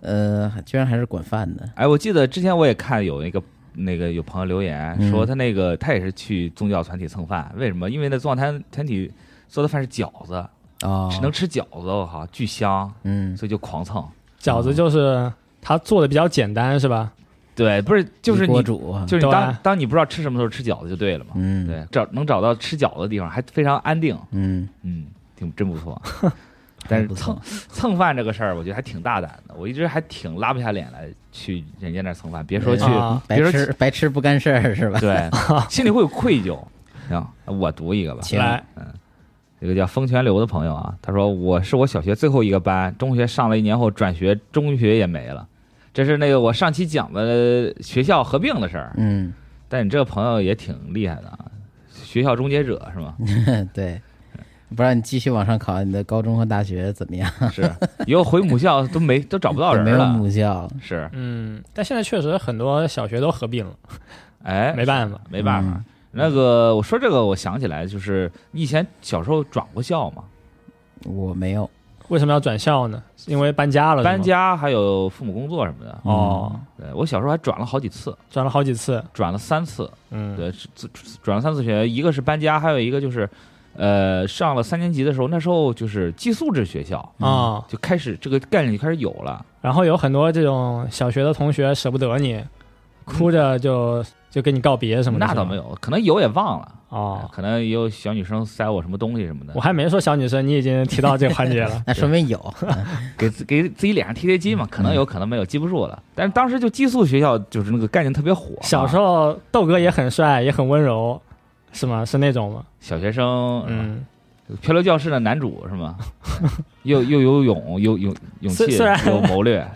呃居然还是管饭的，哎，我记得之前我也看有那个那个有朋友留言嗯说他那个他也是去宗教团体蹭饭，为什么？因为那宗教团团体做的饭是饺子，哦是能吃饺子，我靠，巨香，嗯，所以就狂蹭。饺子就是它做的比较简单，是吧？对，不是就是一锅你煮啊，就是你对当当你不知道吃什么时候吃饺子就对了嘛。嗯，，对，找能找到吃饺子的地方还非常安定，嗯，嗯，挺真不错。但是不蹭错蹭饭这个事儿，我觉得还挺大胆的。我一直还挺拉不下脸来去人家那儿蹭饭，别说去，啊白别说吃白吃不干事儿是吧？对，心里会有愧疚。行，我读一个吧。行来，这个叫风泉流的朋友啊，他说我是我小学最后一个班，中学上了一年后转学，中学也没了。这是那个我上期讲的学校合并的事儿。 嗯，但你这个朋友也挺厉害的啊，学校终结者 是吗？对，不知道你继续往上考，你的高中和大学怎么样？是，以后回母校都没都找不到也人 没有了。母校了，是，嗯，但现在确实很多小学都合并了，哎，没办法。没办法。嗯那个我说这个，我想起来就是你以前小时候转过校嘛，我没有，为什么要转校呢？是因为搬家了，搬是吗家还有父母工作什么嗯。的。哦，对我小时候还转了好几次，转了好几次，转了三次。嗯，对，转转了三次学，一个是搬家，还有一个就是，呃，上了三年级的时候，那时候就是寄宿制学校，啊、就开始这个概念就开始有了。然后有很多这种小学的同学舍不得你，哭着就就跟你告别什么的，那倒没有有，可能有也忘了，哦。可能也有小女生塞我什么东西什么的我，还没说小女生，你已经提到这个环节 了哎那说明有，给自给自己脸上贴贴金嘛，可嗯能有可能没有，记不住了。但是当时就寄宿学校就是那个概念特别火嘛，小时候豆哥也很帅，也很温柔，是吗？是那种吗？小学生，嗯，嗯，漂流教室 的男主是吗？又又有勇，有勇勇虽气，虽然 有谋略，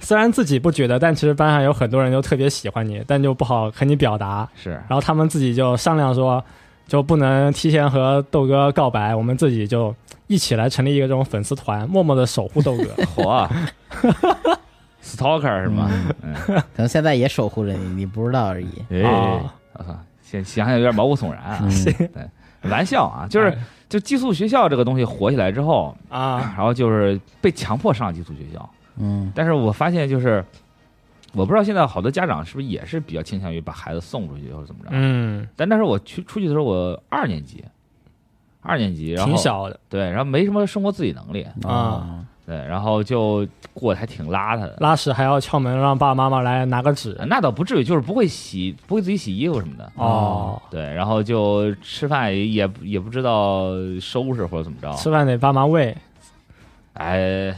虽然自己不觉得，但其实班上有很多人就特别喜欢你，但就不好和你表达。是然后他们自己就商量说，就不能提前和豆哥告白，我们自己就一起来成立一个这种粉丝团，默默的守护豆哥。 火啊，stalker 是吗？嗯嗯可能现在也守护着你，你不知道而已。 哎，啊我操，想想想有点毛骨悚然啊！嗯，玩笑啊，就是哎就寄宿学校这个东西火起来之后，啊，然后就是被强迫上寄宿学校。嗯但是我发现就是，我不知道现在好多家长是不是也是比较倾向于把孩子送出去或者怎么着。嗯，但那时候我去出去的时候，我二年级，二年级，然后挺小的，对，然后没什么生活自理能力，哦啊对，然后就过得还挺邋遢的。拉屎还要敲门让爸爸妈妈来拿个纸。那倒不至于，就是不会洗，不会自己洗衣服什么的。哦，对，然后就吃饭也也也不知道收拾或者怎么着，吃饭得爸妈喂。哎，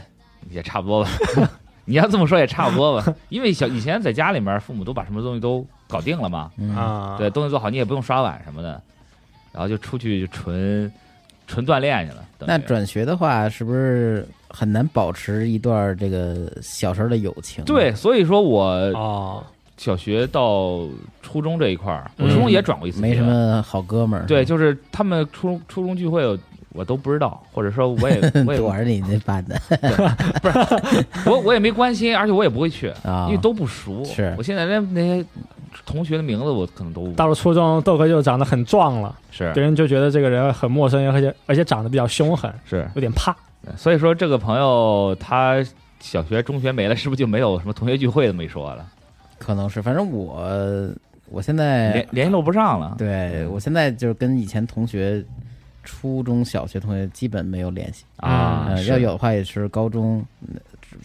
也差不多吧。 你要这么说也差不多吧，因为小以前在家里面，父母都把什么东西都搞定了嘛，嗯啊，对，，东西做好，你也不用刷碗什么的，然后就出去纯纯锻炼去了。等于那转学的话，是不是很难保持一段这个小时候的友情？啊对，，所以说我哦，小学到初中这一块儿，我嗯初中也转过一次学，没什么好哥们儿。对，，就是他们初初中聚会，我都不知道，或者说 我也我也躲着你那班 的我我也没关心，而且我也不会去，啊，因为都不熟。是我现在连那些同学的名字我可能都到了初中，豆哥就长得很壮了，是别人就觉得这个人很陌生，而且而且长得比较凶狠，是，有点怕。所以说这个朋友他小学、中学没了，是不是就没有什么同学聚会这么一说了？可能是，反正我我现在联联络不上了。哎对我现在就是跟以前同学，初中小学同学基本没有联系。啊，呃，是要有的话也是高中嗯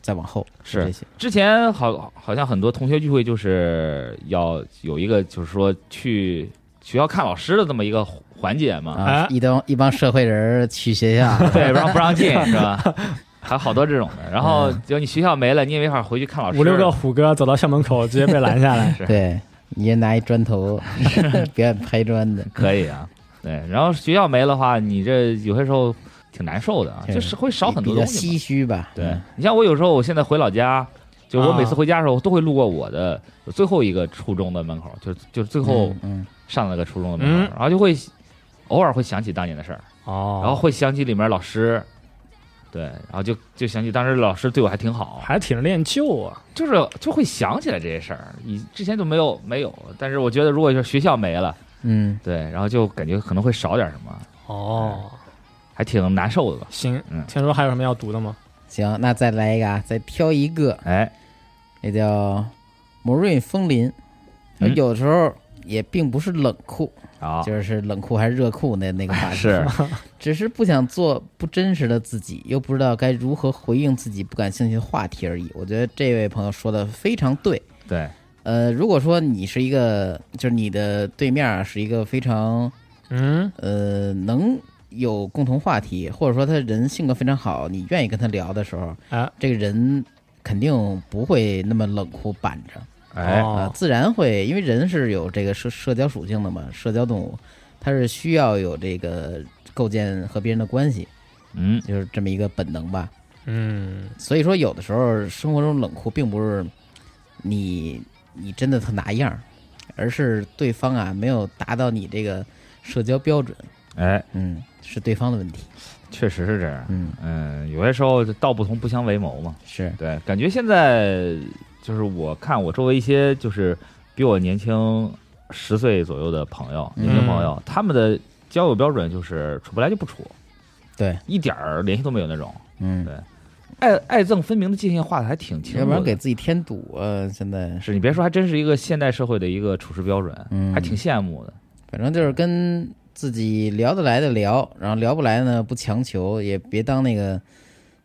再往后是这些。之前好好像很多同学聚会就是要有一个就是说去学校看老师的这么一个环节嘛，啊哎，一帮一帮社会人儿去学校， 对，不让不 让进是吧？还有好多这种的，然后嗯就你学校没了，你也没法回去看老师。五六个虎哥走到校门口，直接被拦下 来。 是对，你也拿一砖 头，表演拍砖的，可以啊，对。然后学校没的话，你这有些时候挺难受的啊，对就是会少很多比较嗯东西嘛。唏嘘吧？对你像我有时候，我现在回老家，就我每次啊回家的时候，都会路过我的最后一个初中的门口，就就是最后嗯，上那个初中的门口，然后就会偶尔会想起当年的事儿，哦，然后会想起里面老师。对，然后就就想起当时老师对我还挺哦好，还挺恋旧啊。就是就会想起来这些事儿，以之前就没有没有，但是我觉得如果就是学校没了，嗯对，然后就感觉可能会少点什么，哦，还挺难受的吧。行嗯，听说还有什么要读的吗？嗯，行，那再来一个啊，再挑一个，哎，也叫某瑞风林，嗯有时候也并不是冷酷，啊，就是冷酷还是热酷那那个话题， 是只是不想做不真实的自己，又不知道该如何回应自己不感兴趣的话题而已。我觉得这位朋友说的非常对。对，呃，如果说你是一个，就是你的对面啊是一个非常嗯，呃能有共同话题，或者说他人性格非常好，你愿意跟他聊的时候，哎，这个人肯定不会那么冷酷板着。哎，啊，哦，自然会，因为人是有这个社社交属性的嘛，社交动物，它是需要有这个构建和别人的关系，嗯，就是这么一个本能吧。嗯，所以说，有的时候生活中冷酷并不是你你真的特拿样儿，而是对方啊没有达到你这个社交标准，哎，嗯，是对方的问题，确实是这样。嗯，嗯，有些时候道不同不相为谋嘛。是，对，感觉现在就是我看我周围一些就是比我年轻十岁左右的朋友，嗯年轻朋友，他们的交友标准就是处不来就不处，对，一点儿联系都没有那种，嗯对，爱爱憎分明的界限画的还挺清楚的。要不然给自己添堵啊，现在是你别说，还真是一个现代社会的一个处事标准，嗯还挺羡慕的。反正就是跟自己聊得来的聊，然后聊不来呢不强求，也别当那个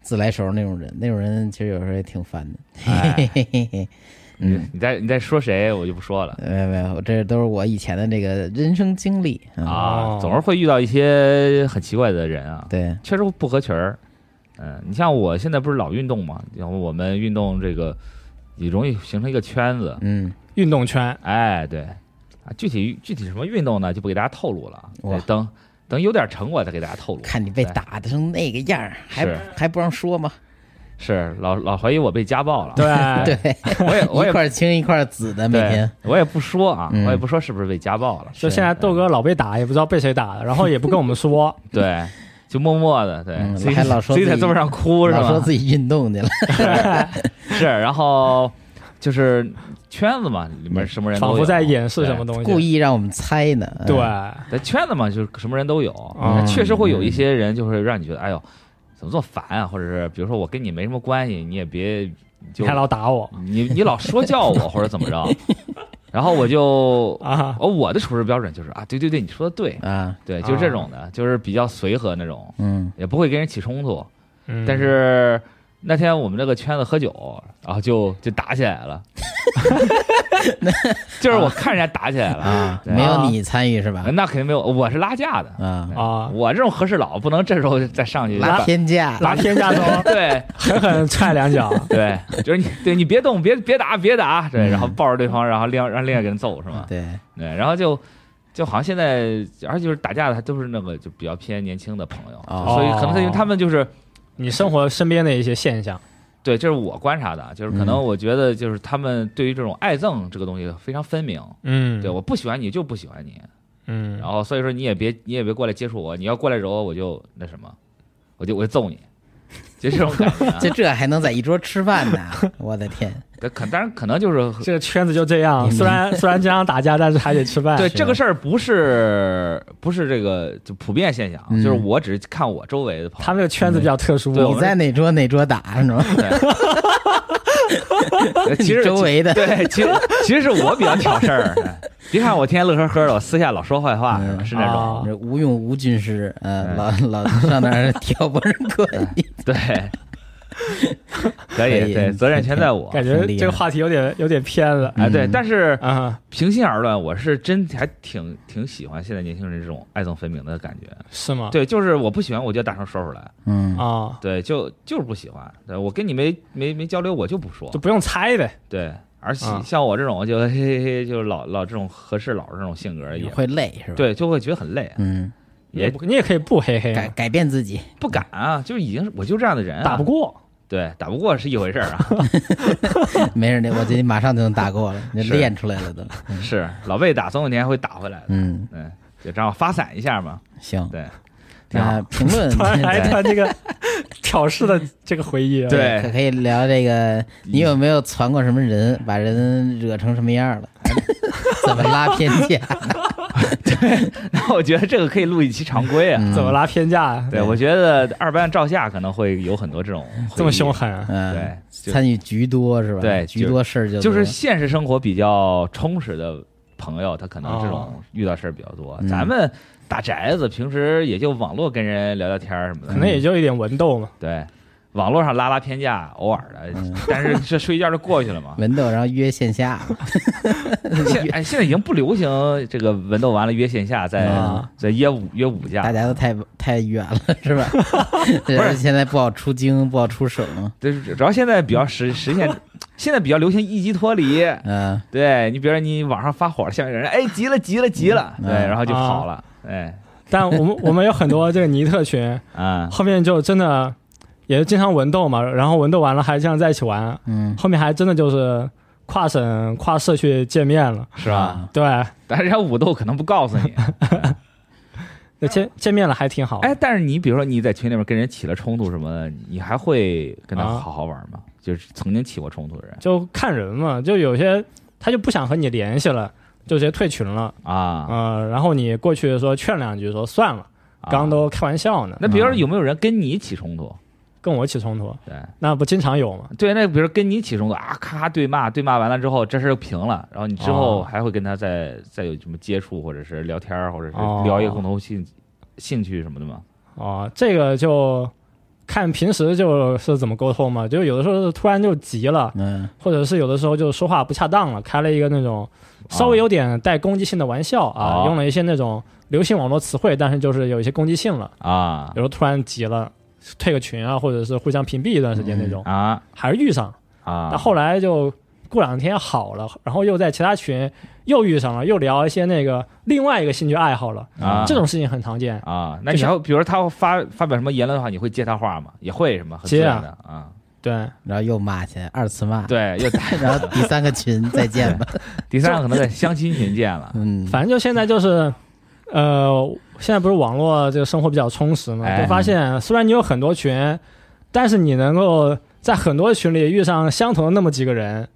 自来熟那种人，那种人其实有时候也挺烦的。嘿哎，嘿嘿嘿， 嗯你，你在你在说谁，我就不说了。没有没有，这都是我以前的这个人生经历啊。啊哦，总是会遇到一些很奇怪的人啊，对，确实不合群儿。嗯，你像我现在不是老运动嘛，然后我们运动这个也容易形成一个圈子。嗯，运动 圈哎，对，啊，具体具体什么运动呢，就不给大家透露了啊。哇对等等有点成果再给大家透露。看你被打的成那个样儿，还是还不让说吗？是老老怀疑我被家暴了，对对， 我也哎我一也块青一块紫的，每对天，我也不说啊，嗯我也不说是不是被家暴了，就现在豆哥老被打，也不知道被谁打的，然后也不跟我们说，对，就默默的对，嗯所以还老说所以在自己座位上哭是老说吧？自己运动去了，是，然后就是圈子嘛，里嗯面什么人都仿佛有在掩饰什么对东西。故意让我们猜呢。嗯对，在圈子嘛，就是什么人都有，嗯那确实会有一些人就会让你觉得，哎呦，怎么这么烦啊？或者是比如说我跟你没什么关系，你也别就你还老打我你你老说教我或者怎么 着，然后我就啊！哦我的处事标准就是啊，对对对，你说的对，啊，对，啊就这种的，就是比较随和那种，嗯，也不会跟人起冲突。嗯但是那天我们这个圈子喝酒，然后就就打起 来了， 就是啊我看人家打起来了，啊，对没有你参与是吧？那肯定没有，我是拉架的。啊，啊，我这种和事佬不能这时候再上去拉把偏架，拿天下刀对 狠狠踹两脚，对，就是你对你别动，别别打，别打，对，嗯然后抱着对方，然后另让另外一个人揍是吗？对，对，然后就就好像现在，而且就是打架的，他都是那个就比较偏年轻的朋友，哦所以可能他因为他们就是你生活身边的一些现象对，这是我观察的，就是可能嗯我觉得就是他们对于这种爱憎这个东西非常分明。嗯，对，我不喜欢你就不喜欢你，嗯，然后所以说你也别你也别过来接触我，你要过来揉我我就那什么，我就我就揍你，就这种感 觉啊。就这还能在一桌吃饭呢？我的天，但可当然可能就是这个圈子就这样，嗯虽然虽然经常打架，但是还得吃饭。 对是这个事儿不是不是这个就普遍现象，啊嗯就是我只是看我周围的朋友，他们这个圈子比较特殊，对我你们在哪桌哪桌打是吗？ 对其你实周围的对，其实其实是我比较挑事儿。哎别看我天天乐呵呵的，我私下老说坏话，嗯是那种。啊无用无军师，呃，嗯老老上那儿 挑拨人可以， 对，可可以，以对，责任全在我。感觉这个话题有点有点偏了哎，对，嗯但是啊。平心而论，我是真还挺挺喜欢现在年轻人这种爱憎分明的感觉。啊是吗？对，就是我不喜欢，我就大声说出来。嗯，啊，对，就就是不喜欢。对我跟你没没没交流，我就不说就。不用猜呗。对，而且啊像我这种就嘿嘿嘿，就老老这种和事佬这种性格也会累是吧？，对，啊就会觉得很累，嗯，也不你也可以不啊嘿嘿嘛改，改变自己，不敢啊，就已经是我就这样的人啊、打不 过。对，打不过是一回事儿啊， 没事的，我觉得马上就能打过了，你是练出来了都，是老被打，总有一天会打回来的。嗯，嗯，就这样发散一下嘛，行，对，挺好哎那评 论突然来一段这个挑事的这个回忆啊，对可可以聊这个，你有没有传过什么人，把人惹成什么样了？ 怎么拉偏架？那我觉得这个可以录一期常规啊。嗯怎么？拉偏架啊？对，我觉得二班照下可能会有很多这种这么凶，狠啊，嗯，对，就参与局多是吧？对局多事儿就就是多现实生活比较充实的朋友，他可能这种哦遇到事儿比较多。嗯咱们打宅子，平时也就网络跟人聊聊天儿什么的，可能也就一点文斗嘛。对。网络上拉拉偏架，偶尔的，但是这睡一觉就过去 了嘛。文斗，然后约线下，现哎，现在已经不流行这个文斗完了约线下，再嗯啊再约五约五架大，家都太太远了是吧？对，现在不好出京，不好出省，对，主要现在比较实实现，现在比较流行一级脱离。嗯，对你，比如说你网上发火了，下面有人哎急了急了急了，对，嗯然后就跑了，哎但我们我们有很多这个尼特群，啊，后面就真的也是经常文斗嘛，然后文斗完了还经常在一起玩，嗯，后面还真的就是跨省跨社区见面了。是吧？？对，但是人家武斗可能不告诉你。那见见面了还挺好。 嗯哎，但是你比如说你在群里面跟人起了冲突什么的，你还会跟他啊好好玩吗？就是曾经起过冲突的人就看人嘛，就有些他就不想和你联系了，就直接退群了。啊，呃，然后你过去说劝两句，说算了，啊刚都啊开玩笑呢，那比如说有没有人跟你起冲突？跟我起冲突，对。那不经常有吗？对，那比如跟你起冲突啊，咔咔对骂，对骂完了之后，这事儿就平了，然后你之后哦还会跟他再再有什么接触，或者是聊天儿，或者是哦聊一个共同兴兴趣什么的吗？哦、这个就看平时就是怎么沟通嘛，就有的时候突然就急了，嗯或者是有的时候就说话不恰当了，开了一个那种啊稍微有点带攻击性的玩笑啊，哦用了一些那种流行网络词汇，但是就是有一些攻击性了，啊有时候突然急了。退个群啊，或者是互相屏蔽一段时间那种，啊还是遇上。啊！那后来就过两天好了，然后又在其他群又遇上了，又聊一些那个另外一个兴趣爱好了，啊这种事情很常见。啊，那就你是要比如他发发表什么言论的话，你会接他话吗？也会什么很自接然啊的啊对，然后又骂去，二次骂， 对，又打然后第三个群再见吧，第三个可能在相亲群见了，嗯，反正就现在就是，呃，现在不是网络这个生活比较充实嘛，哎就发现虽然你有很多群，但是你能够在很多群里遇上相同的那么几个人，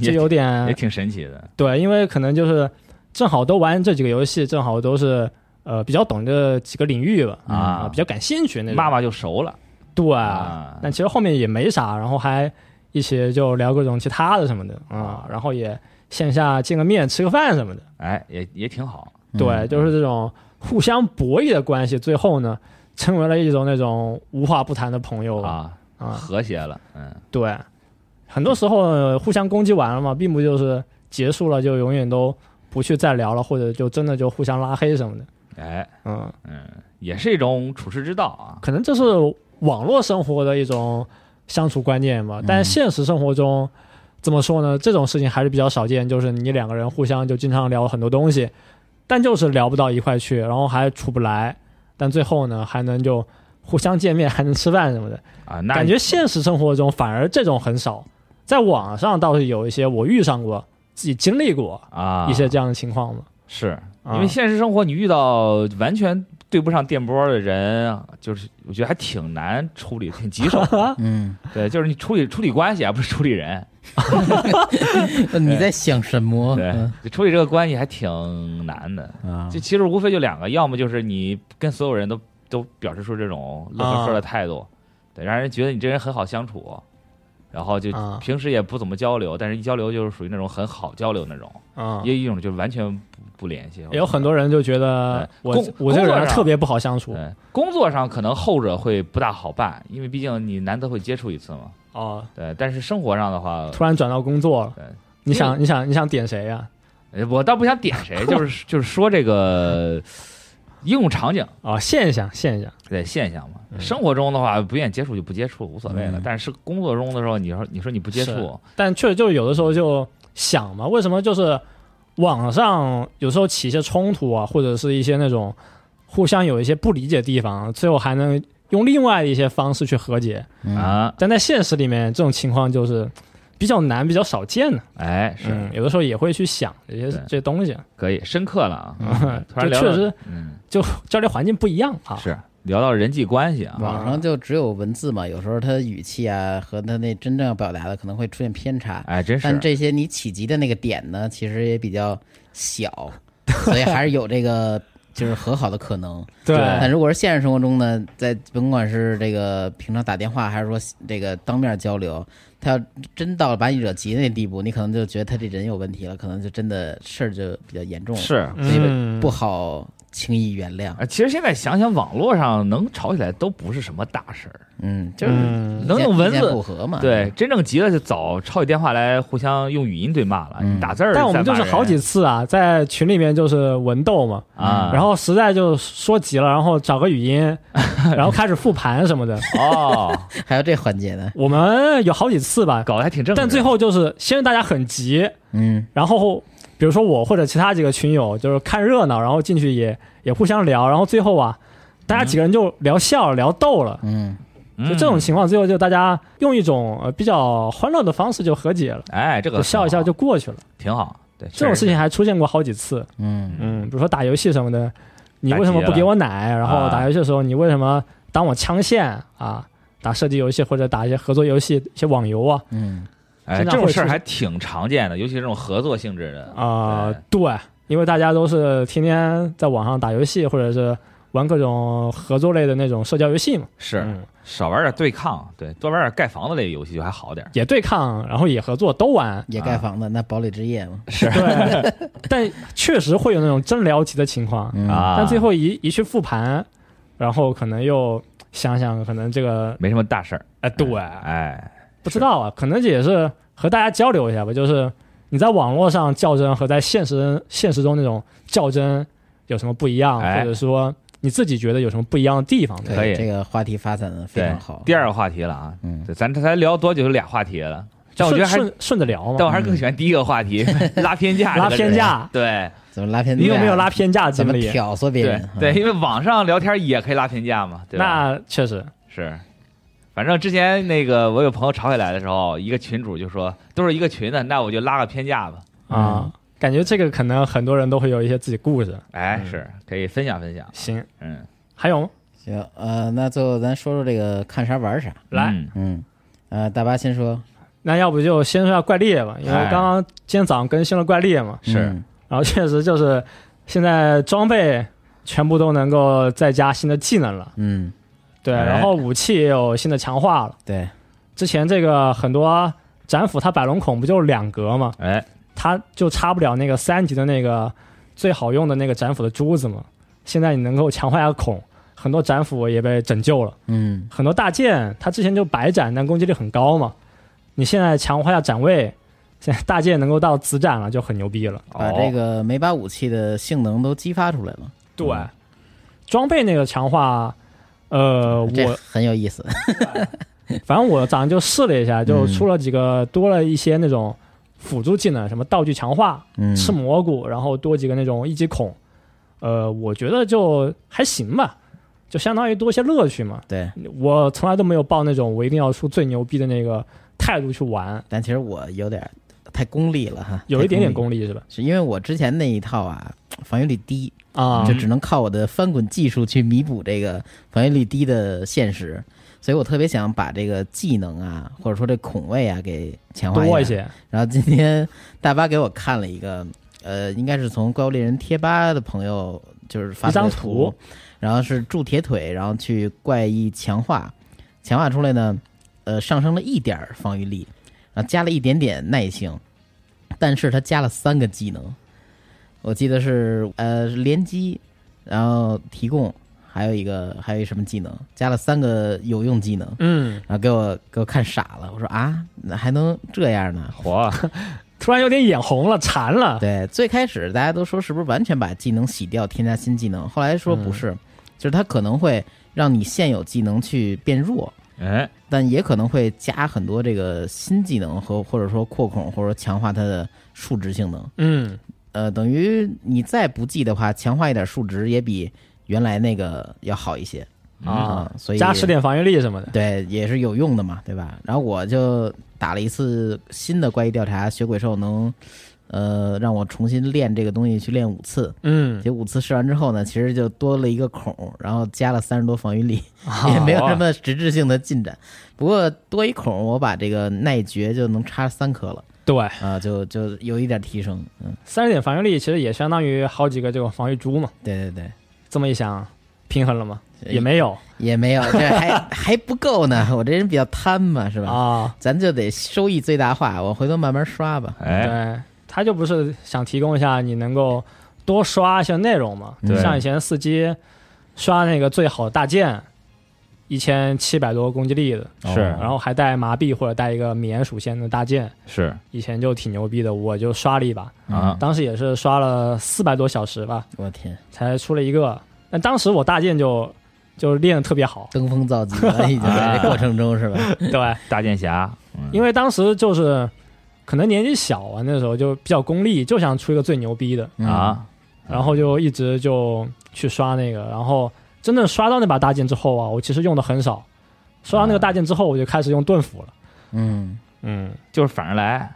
也这有 也点挺神奇的。对，因为可能就是正好都玩这几个游戏，正好都是呃比较懂这几个领域吧，啊嗯比较感兴趣那种。骂骂就熟了对，啊但其实后面也没啥，然后还一起就聊各种其他的什么的啊、然后也线下见个面吃个饭什么的。哎，也也挺好。嗯对，就是这种互相博弈的关系，最后呢，成为了一种那种无话不谈的朋友吧。啊，啊，和谐了，嗯，对，很多时候呃互相攻击完了嘛，并不就是结束了就永远都不去再聊了，或者就真的就互相拉黑什么的。哎，嗯，嗯，也是一种处世之道啊。可能这是网络生活的一种相处观念吧，但嗯现实生活中。怎么说呢？这种事情还是比较少见，就是你两个人互相就经常聊很多东西，但就是聊不到一块去，然后还处不来，但最后呢还能就互相见面，还能吃饭什么的。啊，那感觉现实生活中反而这种很少，在网上倒是有一些我遇上过，自己经历过啊，一些这样的情况嘛。是啊因为现实生活你遇到完全对不上电波的人，就是我觉得还挺难处理，挺棘手的。 嗯，对，就是你处理处理关系，啊而不是处理人。嗯你在想什么？对嗯，就处理这个关系还挺难的。啊这，其实无非就两个，要么就是你跟所有人都都表示出这种乐呵啊呵的态度，对，让人觉得你这人很好相处，然后就啊平时也不怎么交流，但是一交流就是属于那种很好交流那种；，啊，也有一种就是完全不不联系。也有很多人就觉得我工我这个工作人上特别不好相处对工作上可能后者会不大好办，因为毕竟你难得会接触一次嘛。哦，对，但是生活上的话，突然转到工作了对，你想你想你想点谁呀？呃我倒不想点谁，就是就是说这个应用场景。啊，现象现象对现象嘛。嗯生活中的话，不愿意接触就不接触，无所谓了。嗯但是工作中的时候，你说你说你不接是触，但确实就是有的时候就想嘛，为什么就是网上有时候起一些冲突啊，或者是一些那种互相有一些不理解的地方，最后还能用另外的一些方式去和解。嗯，啊，但在现实里面，这种情况就是比较难、比较少见的。哎，是、嗯，有的时候也会去想这些对这些东西，可以深刻了啊。 就突然聊到确实嗯，就交流环境不一样啊。是聊到人际关系啊，网上就只有文字嘛，有时候他语气啊和他那真正要表达的可能会出现偏差，哎，真但是这些你企及的那个点呢，其实也比较 小，所以还是有这个就是和好的可能。对哎但如果是现实生活中呢，在甭管是这个平常打电话，还是说这个当面交流，他要真到了把你惹急那地步，你可能就觉得他这人有问题了，可能就真的事儿就比较严重了，是。所嗯以不好轻易原谅。啊，其实现在想想，网络上能吵起来都不是什么大事儿，嗯，就是嗯能用文意见不嗯字。合嘛？对，，真正急了就早抄起电话来，互相用语音对骂了。嗯你打字儿再但骂我人，们就是好几次啊，在群里面就是文斗嘛，啊，然后实在就说急了，然后找个语 音，然后开始复盘什么的。哦，还有这环节呢。我们有好几次吧，搞得还挺正直。但最后就是先是大家很急，嗯，然后比如说我或者其他几个群友就是看热闹，然后进去也也互相聊，然后最后啊，大家几个人就聊笑了、聊逗了。嗯，嗯就这种情况，最后就大家用一种呃比较欢乐的方式就和解了，哎，这个就笑一笑挺好就过去了。挺好。对，这种确实事情还出现过好几次，嗯嗯，比如说打游戏什么的，你为什么不给我奶？然后啊打游戏的时候，你为什么挡我枪线啊？打射击游戏或者打一些合作游戏、一些网游啊嗯哎，经这常种会事儿出还挺常见的，尤其是这种合作性质的啊、对，因为大家都是天天在网上打游戏，或者是玩各种合作类的那种社交游戏嘛，是嗯，少玩点对抗，对，多玩点盖房子类游戏就还好点儿。也对抗，然后也合作，都玩。也盖房子，那堡垒之夜嘛。对， 但确实会有那种真聊级的情况，嗯啊，但最后一一去复盘，然后可能又想想，可能这个没什么大事儿。哎，对，哎，不知道啊，可能这也是和大家交流一下吧。就是你在网络上较真和在现实现实中那种较真有什么不一样，哎或者说你自己觉得有什么不一样的地方呢？可对，以这个话题发展的非对常好，。第二个话题了啊，嗯对，咱这才聊多久？就俩话题了，但我觉得还顺，顺顺着聊嘛。但我还是更喜欢第一个话题，拉偏架，拉偏。架，对怎么拉偏架？你有没有拉偏架怎经么历？啊挑唆别对人？对，嗯，因为网上聊天也可以拉偏架嘛，对吧？那确实，是，反正之前那个我有朋友吵起来的时候，一个群主就说都是一个群的，那我就拉个偏架吧。啊。感觉这个可能很多人都会有一些自己故事。哎，嗯是可以分享分享。行，嗯，还有吗？行，呃，那最后咱说说这个看啥玩啥，来，嗯嗯，呃，大巴先说，那要不就先说下怪猎吧，因为哎刚刚今天早上更新了怪猎嘛，是嗯然后确实就是现在装备全部都能够再加新的技能了，嗯，对，哎然后武器也有新的强化了。对，之前这个很多斩斧它百龙孔不就是两格嘛，哎，它就差不了那个三级的那个最好用的那个斩斧的珠子嘛。现在你能够强化一下孔，很多斩斧也被拯救了。嗯很多大剑它之前就白斩，但攻击力很高嘛。你现在强化一下斩位，现在大剑能够到紫斩了，就很牛逼了。把哦这个每把武器的性能都激发出来了，对，嗯装备那个强化，呃， 这我很有意思。反正我早上就试了一下，就嗯出了几个多了一些那种辅助技能，什么道具强化、嗯，吃蘑菇，然后多几个那种一级孔。呃，我觉得就还行吧，就相当于多一些乐趣嘛。对，我从来都没有抱那种我一定要出最牛逼的那个态度去玩，但其实我有点儿太功利了哈，有一点点太功利，功力是吧？是因为我之前那一套啊，防御力低，啊就只能靠我的翻滚技术去弥补这个防御力低的现实，所以我特别想把这个技能啊，或者说这孔位啊给强化多一一下。些然后今天大巴给我看了一个，呃，应该是从怪物猎人贴吧的朋友就是发一张的图图，然后是铸铁腿，然后去怪异强化，强化出来呢，呃，上升了一点儿防御力，然后加了一点点耐性，但是它加了三个技能，我记得是呃是连击，然后提供，还有一个还有一什么技能，加了三个有用技能，嗯，然后给我给我看傻了，我说啊，那还能这样呢？火，突然有点眼红了，馋了。啊对，最开始大家都说是不是完全把技能洗掉，添加新技能？后来说不嗯是，就是它可能会让你现有技能去变弱，哎，但也可能会加很多这个新技能和或者说扩孔或者说强化它的数值性能。嗯，呃，等于你再不记的话，强化一点数值也比原来那个要好一些啊嗯所以加十点防御力什么的。对，也是有用的嘛，对吧？然后我就打了一次新的怪异调查，血鬼兽能，呃，让我重新练这个东西去练五次。嗯，结果五次试完之后呢，其实就多了一个孔，然后加了三十多防御力，啊也没有什么实质性的进展。不过多一孔，我把这个耐绝就能插三颗了 对，啊、就就有一点提升。嗯，三十点防御力其实也相当于好几个这种防御珠嘛。对对对，这么一想，平衡了吗？也也没有也没有，这还 还不够呢。我这人比较贪嘛，是吧？啊。咱就得收益最大化，我回头慢慢刷吧。哎，对，他就不是想提供一下你能够多刷一些内容嘛？对像以前四机刷那个最好的大剑，一千七百多攻击力的，哦是然后还带麻痹或者带一个免属性的大剑，是以前就挺牛逼的，我就刷了一哦把，啊，当时也是刷了四百多小时吧，我天，，才出了一个。但当时我大剑就就练得特别好登峰造极了， 已经在这过程中是吧？对，大剑侠，嗯因为当时就是可能年纪小啊，那时候就比较功利，就想出一个最牛逼的，嗯，啊，然后就一直就去刷那个，然后真正刷到那把大剑之后啊，我其实用的很少，刷到那个大剑之后，我就开始用盾斧了，嗯，嗯，就是反着来，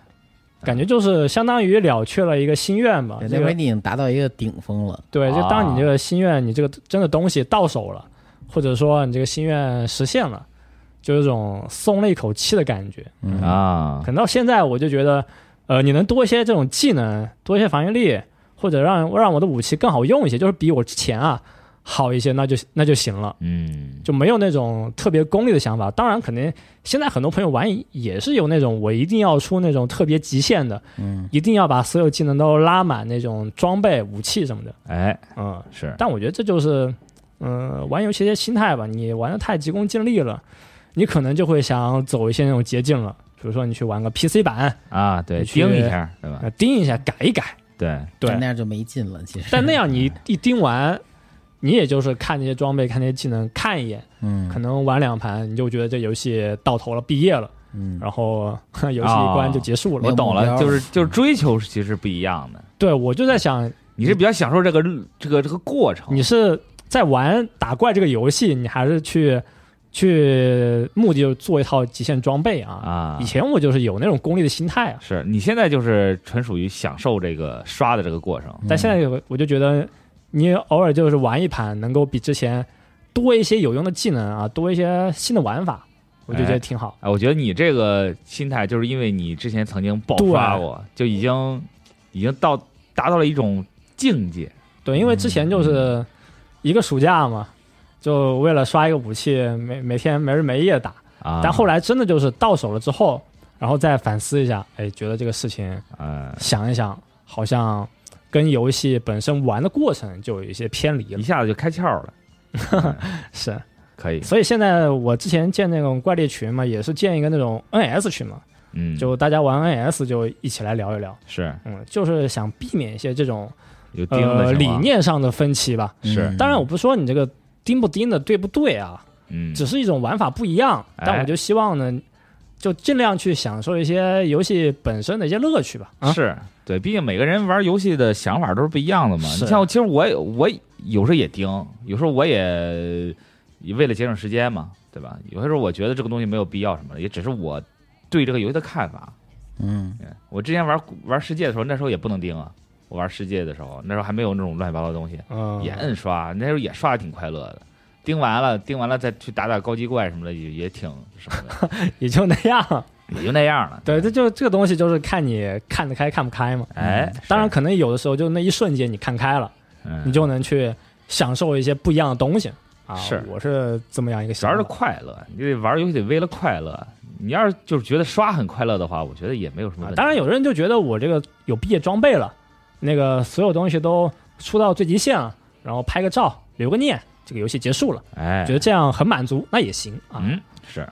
感觉就是相当于了却了一个心愿吧，对这这回个你已经达到一个顶峰了。对，就当啊你这个心愿，你这个真的东西到手了，或者说你这个心愿实现了，就有一种松了一口气的感觉。嗯，啊可，能到现在我就觉得，呃，你能多一些这种技能，多一些防御力，或者让让我的武器更好用一些，就是比我之前啊好一些，那就那就行了。嗯，就没有那种特别功利的想法，当然，肯定现在很多朋友玩也是有那种我一定要出那种特别极限的，嗯，一定要把所有技能都拉满那种装备、武器什么的，哎，嗯，是但我觉得这就是，嗯、玩游戏的心态吧。你玩的太急功近利了，你可能就会想走一些那种捷径了。比如说，你去玩个 PC 版，啊，对，你去盯一下，对吧？哎呃，盯一下，改一改。对，对那，样就没劲了。其实，但那样你一盯完，你也就是看那些装备、看那些技能，看一眼，嗯，可能玩两盘，你就觉得这游戏到头了，毕业了，嗯，然后 哼游戏一关就结束了。没我有懂目标了，就是就是追求其实不一样的，对，我就在想，你是比较享受这个这个这个过程，你是在玩打怪这个游戏，你还是去去目的就是做一套极限装备啊。啊嗯以。前我就是有那种功利的心态啊，是你现在就是纯属于享受这个刷的这个过程，但现在我我就觉得，你偶尔就是玩一盘，能够比之前多一些有用的技能啊，多一些新的玩法，我就觉得挺好。哎，我觉得你这个心态，就是因为你之前曾经爆发过，就已经已经到达到了一种境界。对，因为之前嗯就是一个暑假嘛，就为了刷一个武器，每每天没日没夜打。啊，但后来真的就是到手了之后，然后再反思一下，哎，觉得这个事情嗯，想一想，好像跟游戏本身玩的过程就有一些偏离一了。下子就开窍了，是，可以，所以现在我之前建那种怪猎群嘛，也是建一个那种 NS 群嘛，嗯，就大家玩 NS 就一起来聊一聊，是嗯，就是想避免一些这种有钉呃子理，念上的分歧吧。是嗯当然，我不是说你这个盯不盯的对不对啊，嗯，只是一种玩法不一样。哎但我就希望呢，就尽量去享受一些游戏本身的一些乐趣吧。啊，是对，毕竟每个人玩游戏的想法都是不一样的嘛。是你像我，其实我也我有时候也盯，有时候我也为了节省时间嘛，对吧？有些时候我觉得这个东西没有必要什么的，也只是我对这个游戏的看法。嗯嗯我之前玩玩世界的时候，那时候也不能盯啊。我玩世界的时候，那时候还没有那种乱七八糟的东西，嗯，也摁刷，那时候也刷的挺快乐的。盯完了，盯完了再去打打高级怪什么的，也也挺什么的，也就那样。也就那样了。对，这就这个东西就是看你看得开看不开嘛。嗯哎，当然，是，可能有的时候就那一瞬间你看开了，嗯你就能去享受一些不一样的东西啊。是我是这么样一个想玩法的。快乐，你得玩游戏得为了快乐。你要是就是觉得刷很快乐的话，我觉得也没有什么啊问题。当然，有的人就觉得我这个有毕业装备了，那个所有东西都出到最极限了，然后拍个照留个念，这个游戏结束了，哎觉，得这样很满足，那也行啊。嗯，是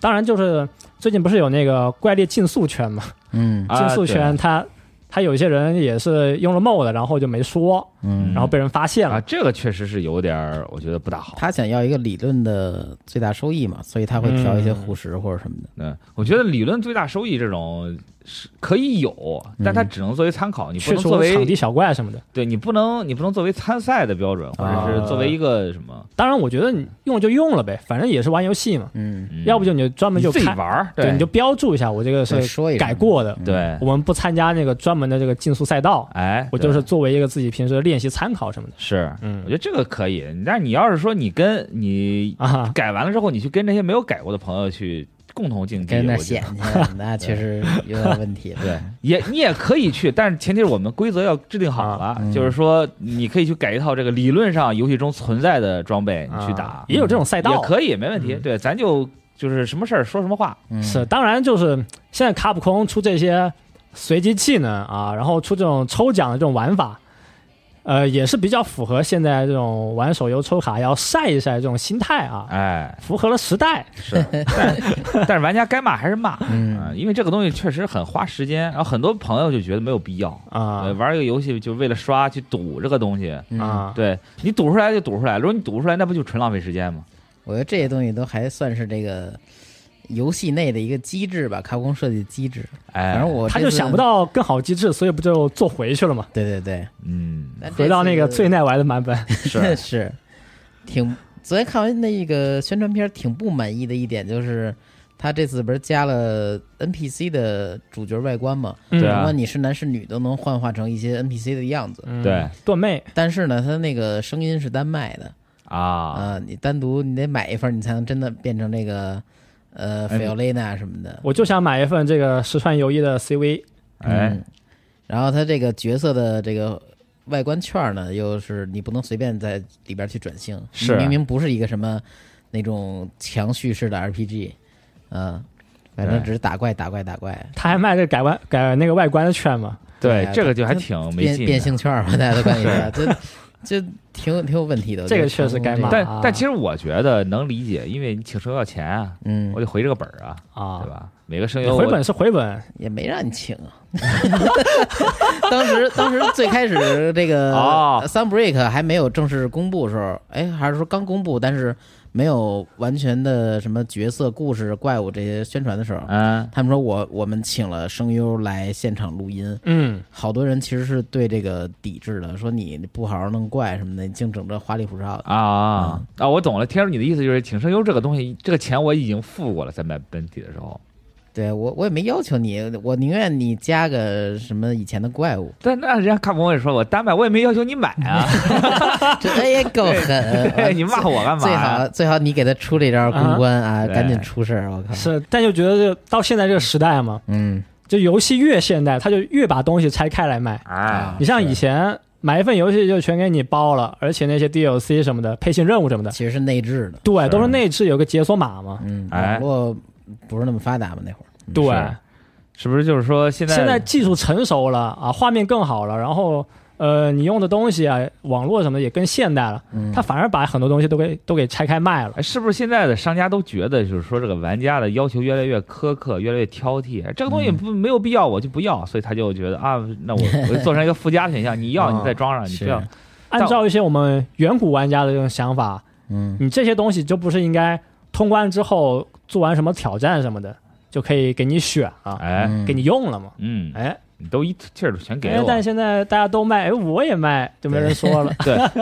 当然，就是最近不是有那个怪猎竞速圈嘛，嗯啊竞速圈它它有一些人也是用了 mod，然后就没说，嗯，然后被人发现啊，了。这个确实是有点儿，我觉得不大好。他想要一个理论的最大收益嘛，所以他会调一些嗯互实或者什么的。嗯，我觉得理论最大收益这种是可以有，但它嗯只能作为参考，你不去能作除场为地小怪什么的，对你不能你不能作为参赛的标准，或者是啊作为一个什么，当然我觉得你用就用了呗，反正也是玩游戏嘛，嗯，嗯要不就你专门你就自己看，玩儿，对，你就标注一下我这个对是说一声改过的，对，我们不参加那个专门的这个竞速赛道，嗯哎，我就对是作为一个自己平时的练习参考什么的。是，我觉嗯得这个可以，但是你要是说你跟你啊，改完了之后，你去跟那些没有改过的朋友去共同竞技，跟那我儿觉显得去了， 那确实有点问题了。对，也你也可以去，但是前提是我们规则要制定好了，啊嗯就是说你可以去改一套这个理论上游戏中存在的装备，你去打、啊也有这种赛道也，可以，没问题。嗯对，咱就就是什么事儿说什么话，嗯是，当然就是现在卡普空出这些随机技能啊，然后出这种抽奖的这种玩法，呃，也是比较符合现在这种玩手游抽卡要晒一晒这种心态啊，哎，符合了时代。是，但但 是玩家该骂还是骂，嗯啊嗯，因为这个东西确实很花时间，然后很多朋友就觉得没有必要。啊呃，玩一个游戏就为了刷去赌这个东西，嗯，啊，对你赌出来就赌出来，如果你赌不出来，那不就纯浪费时间吗？我觉得这些东西都还算是这个游戏内的一个机制吧，卡普空设计机制。哎，反正我他这就次想不，到更好机制，所以不就做回去了嘛，对对对，嗯，但这回到那个次最耐玩的版本。是是，挺昨天看完那个宣传片儿，挺不满意的一点就是，他这次不是加了 NPC 的主角外观嘛？嗯对不啊管你是男是女，都能幻化成一些 NPC 的样子。嗯对盾妹但是呢，他那个声音是单卖的啊，啊、你单独你得买一份儿，你才能真的变成那个呃哎菲奥雷娜什么的。我就想买一份这个石川由一的 CV，哎嗯，然后他这个角色的这个外观券儿呢，又是你不能随便在里边儿去转性，是明明不是一个什么那种强叙事的 RPG，嗯，反正对只是打怪打怪打怪，他还卖这改外改那个外观的券嘛，对哎，这个就还挺没变劲变的。性券儿嘛，大家都管一下，这这挺有挺有问题的。我这个觉得确实成龙该这骂个但啊但其实我觉得能理解，因为你请求要钱啊，嗯我得回这个本儿啊，嗯对啊，吧？每个声优回我本是回本，也没让你请啊。 当时当时最开始这个哦 Sunbreak 还没有正式公布的时候，哎，还是说刚公布，但是没有完全的什么角色、故事、怪物这些宣传的时候，嗯他们说我我们请了声优来现场录音，嗯，好多人其实是对这个抵制的，说你不好好弄怪什么的，你净整这花里胡哨的。啊啊啊！我懂了，天叔，你的意思就是请声优这个东西，这个钱我已经付过了，在买本体的时候，对我我也没要求你，我宁愿你加个什么以前的怪物，但那人家看我也说我单买，我也没要求你买啊，。这也够狠 对你骂我干嘛最呀？好最好你给他出这招公关啊，啊对赶紧出事儿！我靠，是，但就觉得这到现在这个时代嘛，嗯，就游戏越现代，它就越把东西拆开来卖。啊你像以是前买一份游戏就全给你包了，而且那些 DLC 什么的、配信任务什么的，其实是内置的，对，是都是内置有个解锁码嘛。嗯，哎网络不是那么发达嘛那会儿，对，是是不是就是说现在现在技术成熟了啊，画面更好了，然后呃，你用的东西啊，网络什么的也更现代了，嗯，它反而把很多东西都给都给拆开卖了。哎，是不是现在的商家都觉得，就是说这个玩家的要求越来越苛刻，越来越挑剔？哎这个东西嗯不、没有必要，我就不要，所以他就觉得啊，那我我做成一个附加的选项，你要你再装上，你不是要。按照一些我们远古玩家的这种想法，嗯你这些东西就不是应该通关之后做完什么挑战什么的就可以给你选了，哎，嗯给你用了嘛？嗯，哎，你都一气儿全给哎我。但现在大家都卖，哎，我也卖，就没人说 了。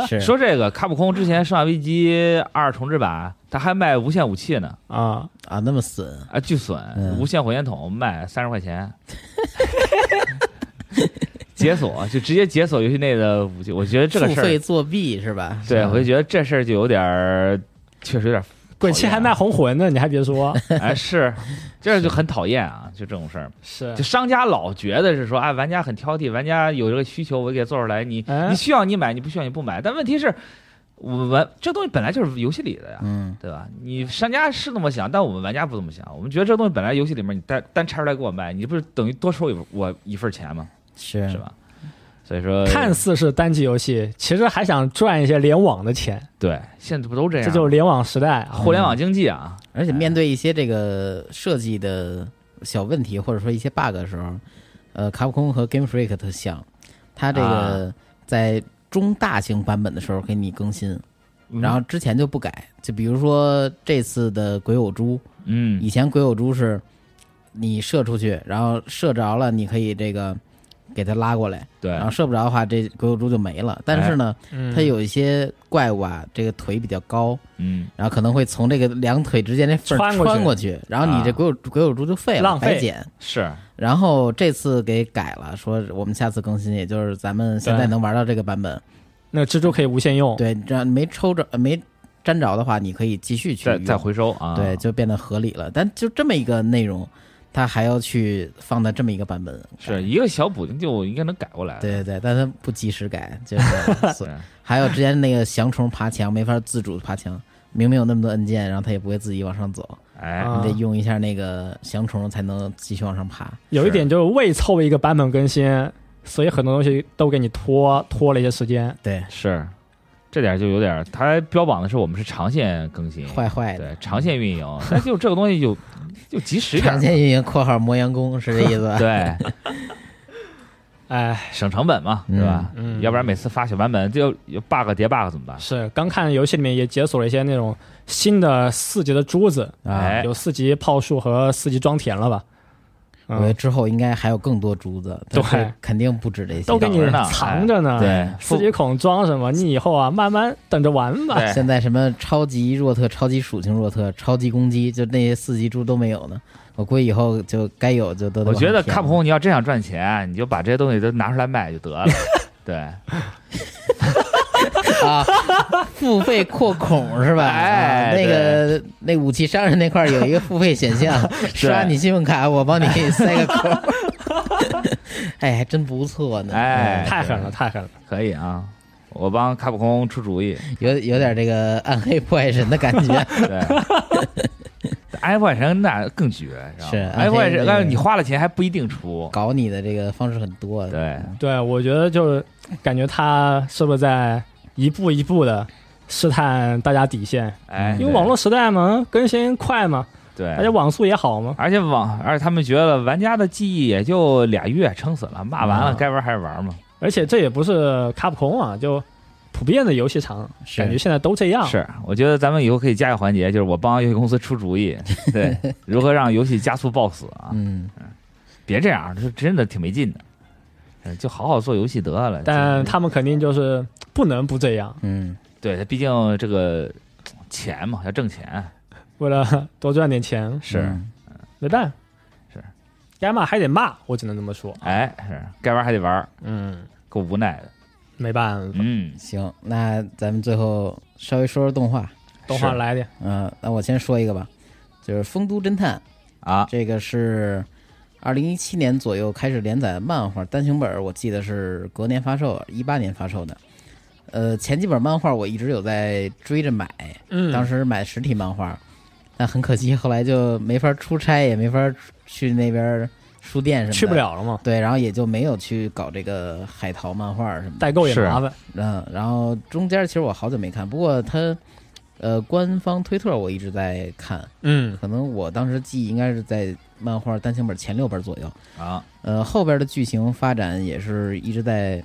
是说这个，卡普空之前《生化危机二》重置版，他还卖无线武器呢，啊，啊那么损，啊，巨损，嗯无线火箭筒卖三十块钱。 解锁就直接解锁游戏内的武器，我觉得这个付事费儿，作弊是吧？对，我就觉得这事儿就有点儿，确实有点鬼泣还卖红魂呢，你还别说，哎，是，这就很讨厌啊， 就这种事儿，是就商家老觉得是说，哎，玩家很挑剔，玩家有这个需求，我给做出来，你哎你需要你买，你不需要你不买。但问题是，我们玩这东西本来就是游戏里的呀，嗯，对吧？你商家是这么想，但我们玩家不这么想，我们觉得这东西本来游戏里面你单单拆出来给我卖，你不是等于多收我我一份钱吗？哎是是吧？所以说，看似是单机游戏，其实还想赚一些联网的钱，对，现在不都这样这吗？就是联网时代啊。互联网经济啊，而且面对一些这个设计的小问题或者说一些 bug 的时候，呃，卡普空和 Game Freak 特像，它这啊个在中大型版本的时候给你更新，嗯嗯然后之前就不改。就比如说这次的鬼偶珠，嗯以前鬼偶珠是你射出去，然后射着了，你可以这个给它拉过来，对然后射不着的话，这鬼偶珠就没了。但是呢，嗯它有一些怪物啊，这个腿比较高，嗯然后可能会从这个两腿之间这缝儿穿过去啊穿过去，然后你这鬼偶鬼偶珠就废了，浪费白捡。是然后这次给改了，说我们下次更新，也就是咱们现在对哦能玩到这个版本。那个蜘蛛可以无限用，对，这样没抽着呃没粘着的话，你可以继续去再用再回收啊，对，就变得合理了。但就这么一个内容，它还要去放在这么一个版本改，是一个小补丁就应该能改过来。哎对对对，但它不及时改，就是 所以对还有之前那个翔虫爬墙没法自主爬墙，明明有那么多按键，然后它也不会自己往上走，哎，啊你得用一下那个翔虫才能继续往上爬。有一点就是为凑一个版本更新，所以很多东西都给你拖拖了一些时间。对，是，这点就有点儿，它标榜的是我们是长线更新，坏坏的。对，长线运营，但就这个东西就就及时点长儿，线运营（括号磨洋工）是这意思吧？对，哎，省成本嘛，对吧？嗯，要不然每次发小版本就有 bug 叠 bug 怎么办？是刚看游戏里面也解锁了一些那种新的四级的珠子，啊哎有四级炮术和四级装填了吧？我觉得嗯，之后应该还有更多珠子，对但是肯定不止这些。都给你等着呢哎藏着呢。对四级孔装什么？你以后啊，慢慢等着玩吧。 对现在什么超级弱特、超级属性弱特、超级攻击，就那些四级猪都没有呢。我估计以后就该有就都我觉得看看不空，你要真想赚钱，你就把这些东西都拿出来卖就 得了。对，啊，付费扩孔 是吧？哎啊那个那武器商人那块儿有一个付费选 项，刷你信用卡，我帮你塞个孔。 哎，还真不错呢。哎，嗯太狠了，，太狠了！可以啊！我帮卡普空出主意。嗯有有点这个暗黑破坏神的感觉。 对，iPhone 神那更绝，知道吗是 iPhone 这神，个但是你花了钱还不一定出。搞你的这个方式很多。对，对，我觉得就是感觉他是不是在一步一步的试探大家底线，哎，嗯因为网络时代嘛，更新快嘛，对，而且网速也好嘛。而且网，而且他们觉得玩家的记忆也就俩月，撑死了，骂完了，嗯该玩还是玩嘛。而且这也不是卡普空啊，就普遍的游戏厂是感觉现在都这样。是，我觉得咱们以后可以加个环节，就是我帮游戏公司出 主意，对，如何让游戏加速暴死啊？嗯，别这样，这真的挺没劲的，嗯就好好做游戏得了。但就是他们肯定就是不能不这样，嗯，对他，毕竟这个钱嘛，要挣钱，为了多赚点钱，嗯没办法，是该骂还得骂，我只能这么说。哎，是该玩还得玩，嗯，够无奈的。没办法，嗯，行，那咱们最后稍微说说动画，动画是来点。嗯、那我先说一个吧，就是《丰都侦探》，啊，这个是二零一七年左右开始连载的漫画单行本儿，我记得是隔年发售，一八年发售的。呃，前几本漫画我一直有在追着买，嗯，当时买实体漫画，但很可惜后来就没法出差，也没法去那边书店什么的，嗯去不。了了嘛，对，然后也就没有去搞这个海淘漫画什么的。代购也是麻烦。嗯，然后中间其实我好久没看，不过它，呃，官方推特我一直在看，嗯，可能我当时记忆应该是在漫画单行本前六本左右。啊，呃，后边的剧情发展也是一直在，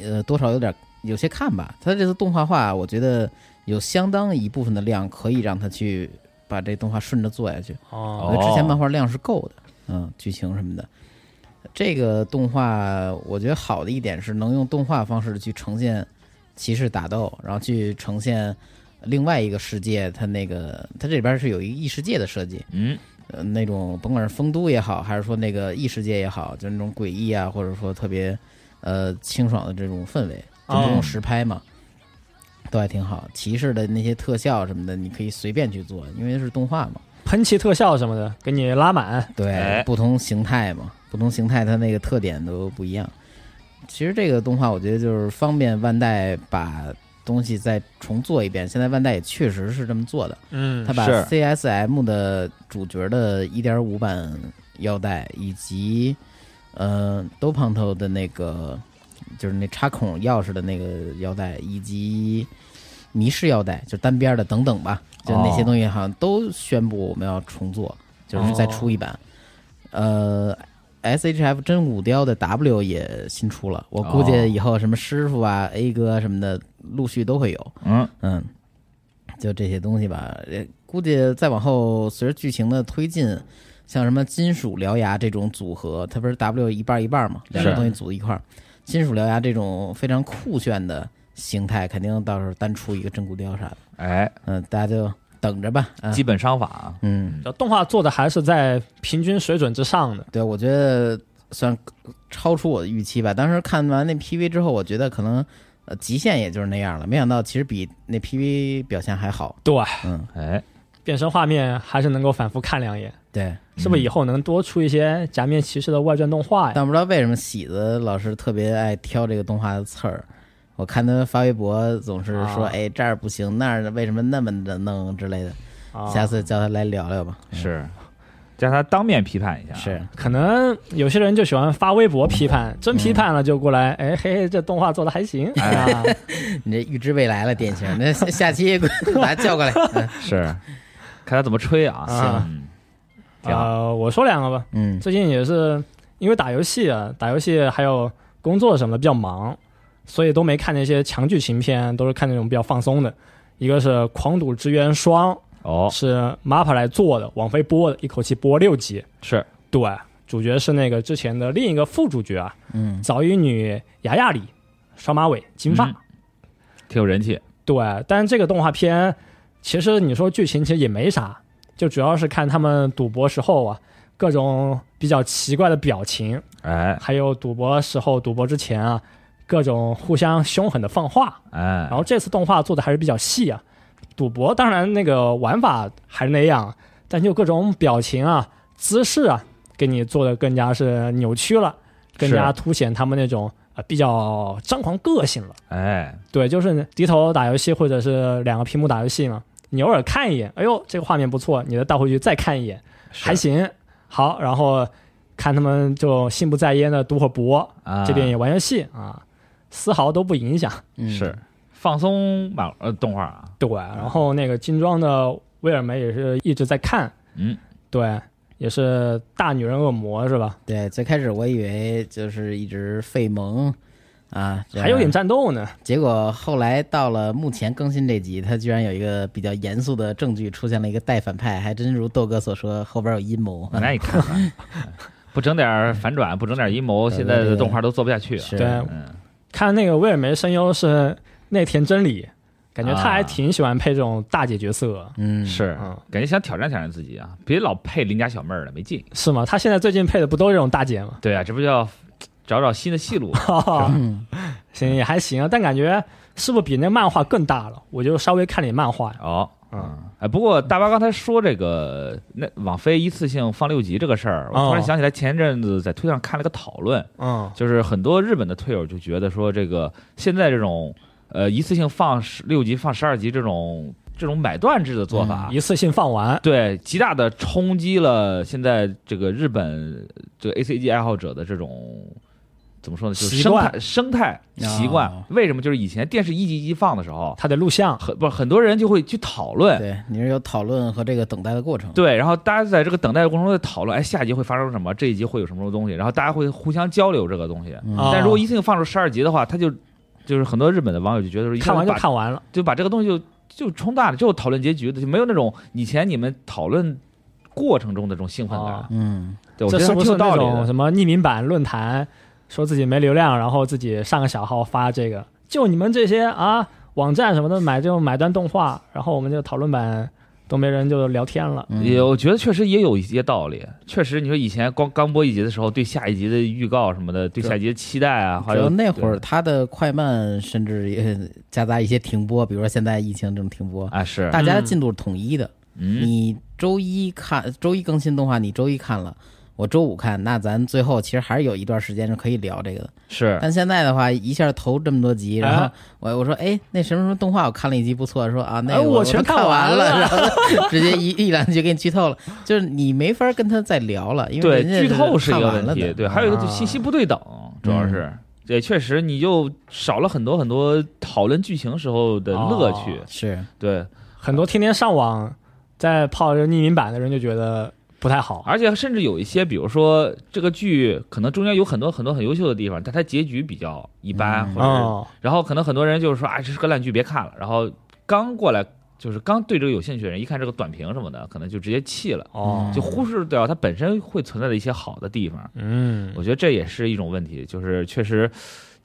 呃，多少有点有些看吧。它这次动画化，我觉得有相当一部分的量可以让它去把这动画顺着做下去。我哦，觉得之前哦漫画量是够的，嗯，剧情什么的。这个动画我觉得好的一点是能用动画方式去呈现骑士打斗，然后去呈现另外一个世界，它那个它这里边是有一个异世界的设计，嗯，呃，那种甭管是丰都也好，还是说那个异世界也好，就那种诡异啊，或者说特别呃清爽的这种氛围，就不用哦实拍嘛，都还挺好。骑士的那些特效什么的，你可以随便去做，因为是动画嘛。喷漆特效什么的，给你拉满。对，哎不同形态嘛，不同形态它那个特点都不一样。其实这个动画我觉得就是方便万代把东西再重做一遍，现在万代也确实是这么做的，嗯他把是 CSM 的主角的1.5版腰带以及呃 Dopanto 的那个就是那插孔钥匙的那个腰带以及。迷失腰带就单边的等等吧，就那些哦东西好像都宣布我们要重做，就是再出一版。呃，S H F 真武雕的 W 也新出了，我估哦计以后什么师傅啊、A 哥啊什么的，陆续都会有。嗯，嗯，就这些东西吧。呃估计再往后，随着剧情的推进，像什么金属獠牙这种组合，它不是 W 一半一半嘛，两个是东西组一块儿。金属獠牙这种非常酷炫的形态，肯定到时候单出一个真骨雕啥的。哎，嗯，大家就等着吧。啊基，本商法啊，嗯。就动画做的还是在平均水准之上的。对，我觉得算超出我的预期吧。当时看完那 PV 之后，我觉得可能呃极限也就是那样了，没想到其实比那 PV 表现还好。对，嗯，哎，变身画面还是能够反复看两眼，对，是不嗯是以后能多出一些假面骑士的外传动画呀？但不知道为什么喜子老师特别爱挑这个动画的刺儿。我看他发微博总是说，啊哎，这儿不行，那儿为什么那么的弄之类的。啊，下次叫他来聊聊吧。是，叫他当面批判一下，是，啊可能有些人就喜欢发微博批判，真批判了就过来，哎嘿嘿，这动画做的还行啊。你这预知未来了，典型。那下 下 期把他叫过来。嗯是，看他怎么吹啊，啊嗯，挺好呃，我说两个吧，嗯最近也是因为打游戏啊，打游戏还有工作什么的比较忙，所以都没看那些强剧情片，都是看那种比较放松的。一个是《狂赌之渊双》，哦，是 MAPPA 来做的，网飞播的，一口气播六集。是，对，主角是那个之前的另一个副主角啊，嗯早乙女雅雅里，双马尾，金发。嗯挺有人气，对，但这个动画片其实你说剧情其实也没啥，就主要是看他们赌博时候啊，各种比较奇怪的表情，哎还有赌博时候、赌博之前啊，各种互相凶狠的放话。哎然，后这次动画做的还是比较细啊，赌博当然那个玩法还是那样，啊但就各种表情啊、姿势啊，给你做的更加是扭曲了，更加是凸显他们那种呃比较张狂个性了。哎，对，就是低头打游戏或者是两个屏幕打游戏嘛，你偶尔看一眼，哎呦，这个画面不错，你再倒回去再看一眼，是还行，好，然后看他们就心不在焉的赌会博，啊，这边也玩游戏啊，丝毫都不影响。嗯，是放松漫呃动画啊，对，然后那个金装的威尔梅也是一直在看，嗯，对，也是大女人恶魔是吧？对，最开始我以为就是一直费萌啊，这样还有点战斗呢，结果后来到了目前更新这集，他居然有一个比较严肃的证据，出现了一个带反派，还真如豆哥所说，后边有阴谋。啊那你看看，嗯不整点儿反转，不整点儿阴谋，现在的动画都做不下去了。是对嗯，看那个威尔梅声优是内田真理，感觉他还啊挺喜欢配这种大姐角色，嗯，是嗯，感觉想挑战挑战自己啊，别老配邻家小妹儿了，没劲。是吗？他现在最近配的不都是这种大姐吗？对啊，这不叫找找新的戏路吗？嗯 行，也还行啊，但感觉是不是比那漫画更大了？我就稍微看点漫画呀。哦，嗯，哎，不过大巴刚才说这个那网飞一次性放六集这个事儿，我哦突然想起来前一阵子在推特上看了个讨论，嗯，就是很多日本的推友就觉得说，这个现在这种呃一次性放十六集、放十二集这种这种买断制的做法。一次性放完，对，极大的冲击了现在这个日本这个 A C G 爱好者的这种怎么说呢？就是习生惯啊态生态习哦惯。为什么？就是以前电视一集一集放的时候，他得录像，很不是很多人就会去讨 论，对，你是有讨论和这个等待的过程。对，然后大家在这个等待的过程中在讨论，哎，下一集会发生什么，这一集会有什么东西，然后大家会互相交流这个东西。嗯，啊但如果一次性放出十二集的话，他就就是很多日本的网友就觉得说，一下看完就把看完了。就把这个东西就就冲淡了，就讨论结局的，就没有那种以前你们讨论过程中的这种兴奋感。哦嗯，对，我这觉得是还不挺是有道那理种的。什么匿名版论坛，说自己没流量，然后自己上个小号发这个，就你们这些啊网站什么的买这种买断动画，然后我们这个讨论版都没人就聊天了。嗯也我觉得确实也有一些道理，确实你说以前光刚播一集的时候，对下一集的预告什么的，对对下一集的期待啊，还只有有那会儿他的快慢，甚至也夹杂一些停播，比如说现在疫情这种停播，啊是，大家的进度是统一的。嗯你周一看，周一更新动画，你周一看了，我周五看，那咱最后其实还是有一段时间是可以聊这个的。是，但现在的话，一下投这么多集，然啊后哎我我说，哎，那什么什么动画我看了一集不错，说啊，那哎个我我全都看看完了， 了然后直接一一两句给你剧透了，就是你没法跟他再聊了，因为对，人家剧透是一看个完问了题，的，嗯对，还有一个啊就信息不对等，主要是也确实你就少了很多很多讨论剧情时候的乐趣哦，是对，很多天天上网在泡这个匿名版的人就觉得不太好。而且甚至有一些，比如说这个剧可能中间有很多很多很优秀的地方，但它结局比较一般，嗯或者是哦，然后可能很多人就是说啊，这是个烂剧，别看了。然后刚过来就是刚对这个有兴趣的人，一看这个短评什么的，可能就直接弃了，哦，就忽视掉它本身会存在的一些好的地方。嗯我觉得这也是一种问题，就是确实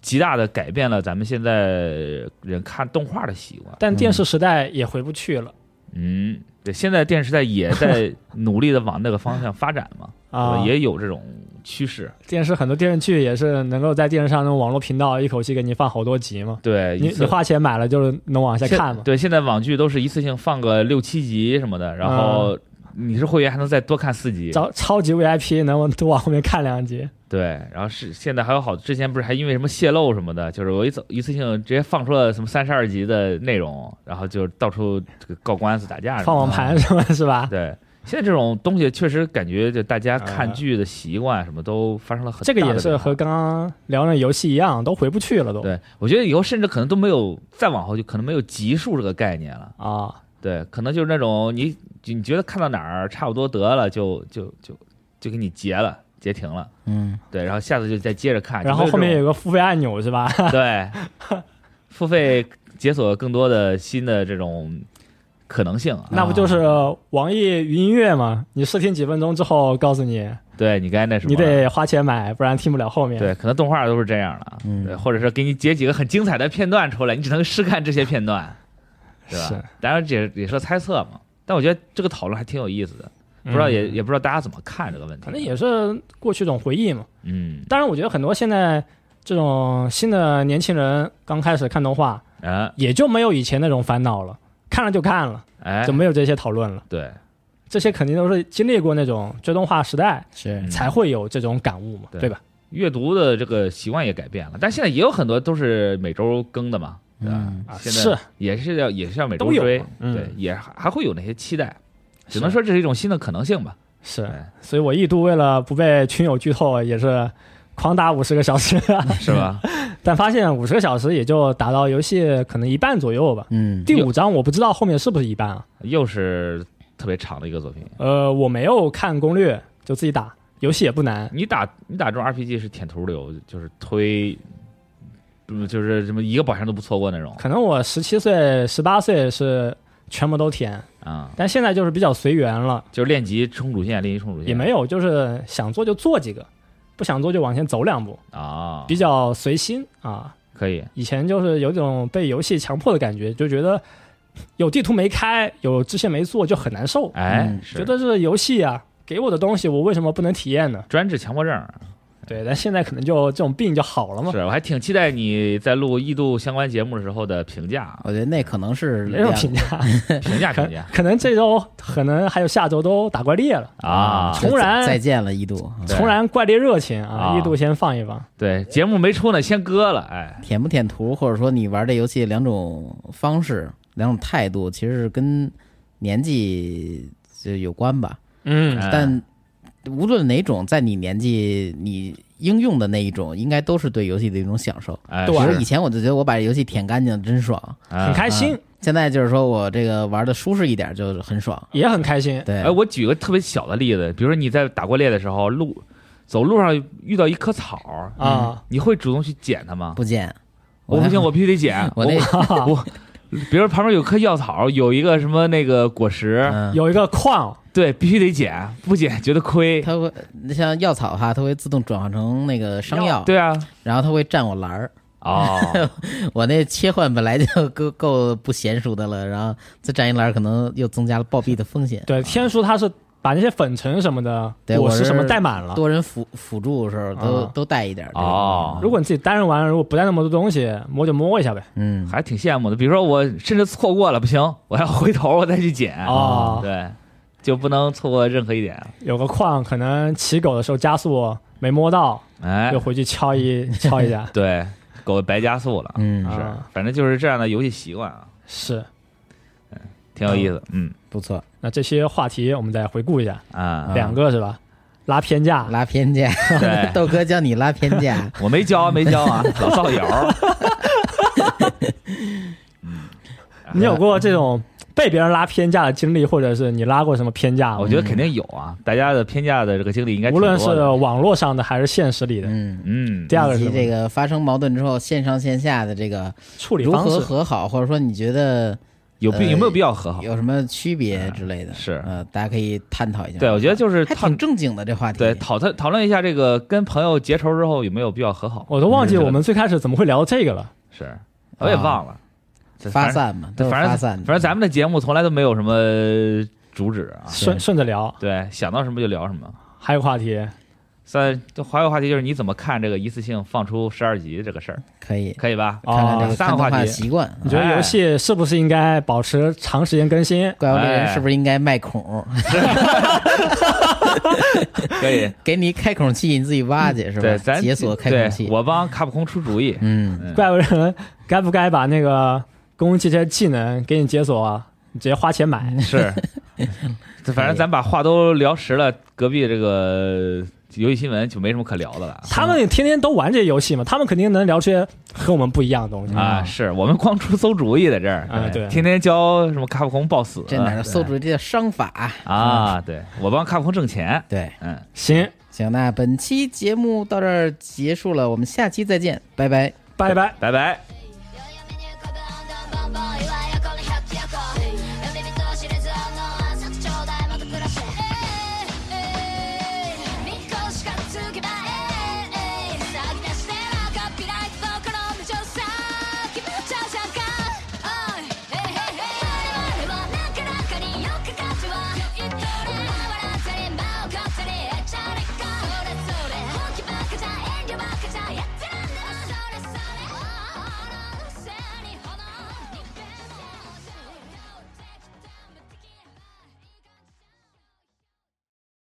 极大的改变了咱们现在人看动画的习惯。但电视时代也回不去了嗯，对，现在电视台也在 努力的往那个方向发展嘛，啊对吧，也有这种趋势。电视很多电视剧也是能够在电视上那种网络频道一口气给你放好多集嘛。对，你一次你花钱买了就是能往下现看嘛？对，现在网剧都是一次性放个六七集什么的，然啊后你是会员还能再多看四集。超超级 VIP 能多往后面看两集。对，然后是现在还有好，之前不是还因为什么泄露什么的，就是我一次一次性直接放出了什么三十二集的内容，然后就到处这个告官司打架什放么网 盘什么是吧 的。？啊对，现在这种东西确实感觉就大家看啊剧的习惯什么都发生了很这个大也的是变和化刚刚聊那游戏一样，都回不去了都。对，我觉得以后甚至可能都没有再往后就可能没有集数这个概念了。啊，对，可能就是那种你你觉得看到哪儿差不多得了，就就就就给你截了，截停了。嗯，对，然后下次哎就再接着看。然后后面有有个付费按钮是吧？ 对付费解锁更多的新的这种可能性啊。那不就是网易云音乐吗？你试听几分钟之后，告诉你对你该那什么你了，得花钱买，不然听不了后面。对，可能动画都是这样的啊。嗯对，或者是给你截几个很精彩的片段出来，你只能试看这些 片段，对吧？是当然也也是猜测嘛。但我觉得这个讨论还挺有意思的，不知道也、嗯也不知道大家怎么看这个问题。啊反正也是过去一种回忆嘛。嗯当然，我觉得很多现在这种新的年轻人刚开始看动画，啊也就没有以前那种烦恼了，看了就看了，哎就没有这些讨论了。对，这些肯定都是经历过那种追动画时代，是嗯才会有这种感悟嘛，对对吧？阅读的这个习惯也改变了，但现在也有很多都是每周更的嘛，对吧？嗯啊现在是也是要也是要每周都有追嘛，嗯对，也还还会有那些期待，是只能说这是一种新的可能性吧。是哎，所以我一度为了不被群友剧透，也是狂打五十个小时， 是吧？但发现五十个小时也就打到游戏可能一半左右吧。嗯，第五章我不知道后面是不是一半啊？又是特别长的一个作品。呃，我没有看攻略，就自己打，游戏也不难。你打你打这种 RPG 是舔图流，就是推，嗯就是什么一个宝箱都不错过那种可能我十七岁、十八岁是全部都填，啊、但现在就是比较随缘了，就是练级冲主线，练级冲主线也没有就是想做就做几个，不想做就往前走两步，啊，比较随心啊。可以以前就是有种被游戏强迫的感觉，就觉得有地图没开，有支线没做就很难受，哎，嗯是觉得是游戏啊给我的东西，我为什么不能体验呢？专治强迫症。对，但现在可能就这种病就好了嘛是，。我还挺期待你在录异度相关节目的时候的评价，我觉得那可能是没有两评价，评价嗯可评价可能这周可能还有下周都打怪猎了，啊就。重燃再见了，一度啊对重燃怪猎热情啊啊，一度先放一放。对，节目没出呢，先割了，哎，舔不舔图，或者说你玩这游戏两种方式、两种态度，其实是跟年纪就有关吧。嗯哎但无论哪种，在你年纪你应用的那一种，应该都是对游戏的一种享受。哎，对比如是以前我就觉得我把游戏舔干净真爽，哎很开心，现在就是说我这个玩的舒适一点就很爽。也很开心。对哎，，我举个特别小的例子，比如说你在打过猎的时候，路走路上遇到一棵草儿啊，你会主动去捡它吗？不见，我不行，我必须得捡。我那 我，比如旁边有棵药草，有一个什么那个果实，嗯，有一个矿，对，必须得捡，不捡觉得亏。它会像药草哈，它会自动转化成那个伤药，对啊，然后它会占我栏儿。哦，我那切换本来就够够不娴熟的了，然后再占一栏，可能又增加了暴毙的风险。对，天书它是把那些粉尘什么的对果我实是什么带满啊了。多人辅辅助的时候都、啊都带一点这个哦如果你自己单人玩，如果不带那么多东西，摸就摸一下呗。嗯，还挺羡慕的。比如说我甚至错过了，不行，我要回头我再去捡。哦哎对，就不能错过任何一点。有个矿，可能骑狗的时候加速没摸到，哎又，回去敲一敲一 下。对，狗白加速了，嗯啊是，反正就是这样的游戏习惯啊，是，挺有意思。嗯不错，那这些话题我们再回顾一下，啊，两个是吧？拉偏架，拉偏架，对豆哥教你拉偏架，我没教啊，没教啊，老造谣。你有过这种被别人拉偏架的经历，或者是你拉过什么偏架吗？我觉得肯定有啊，大家的偏架的这个经历应该挺无论多是的网络上的还是现实里的，嗯。嗯第二个以及是什么这个发生矛盾之后，线上线下的这个处理如方何式。和好，或者说你觉得有必呃有没有必要和好？嗯有什么区别之类的，是呃，大家可以探讨一下。啊对，我觉得就是还讨挺正经的这话题。对讨论讨论一下这个跟朋友结仇之后有没有必要和好？我都忘嗯记我们最开始怎么会聊这个了。是，我啊也忘了。这发反正散嘛，都对是反正发散的。反正咱们的节目从来都没有什么主旨啊，顺顺着聊，对，想到什么就聊什么。还有个话题，三，就还有话题就是你怎么看这个一次性放出十二集这个事儿，可以可以吧？哦看看这个三看个动话画题习惯。你觉哎得游戏是不是应该保持长时间更新？怪物猎人哎是不是应该卖孔？可以，给你开孔器，你自己挖去是吧对，？咱解锁开对孔器。我帮卡普空出 主意，嗯，嗯 怪物人该不该把那个攻击这些技能给你解锁啊？你直接花钱买，是， 反正咱把话都聊实了，隔壁这个游戏新闻就没什么可聊的了。啊他们也天天都玩这些游戏嘛，他们肯定能聊出些和我们不一样的东西。啊，是我们光出馊主意在这儿，啊对天天教什么卡普空暴死，这哪是馊主意，这叫商法。嗯呃啊？对我帮卡普空挣钱，对，嗯，行，行，那本期节目到这儿结束了，我们下期再见，拜拜。拜拜。拜拜。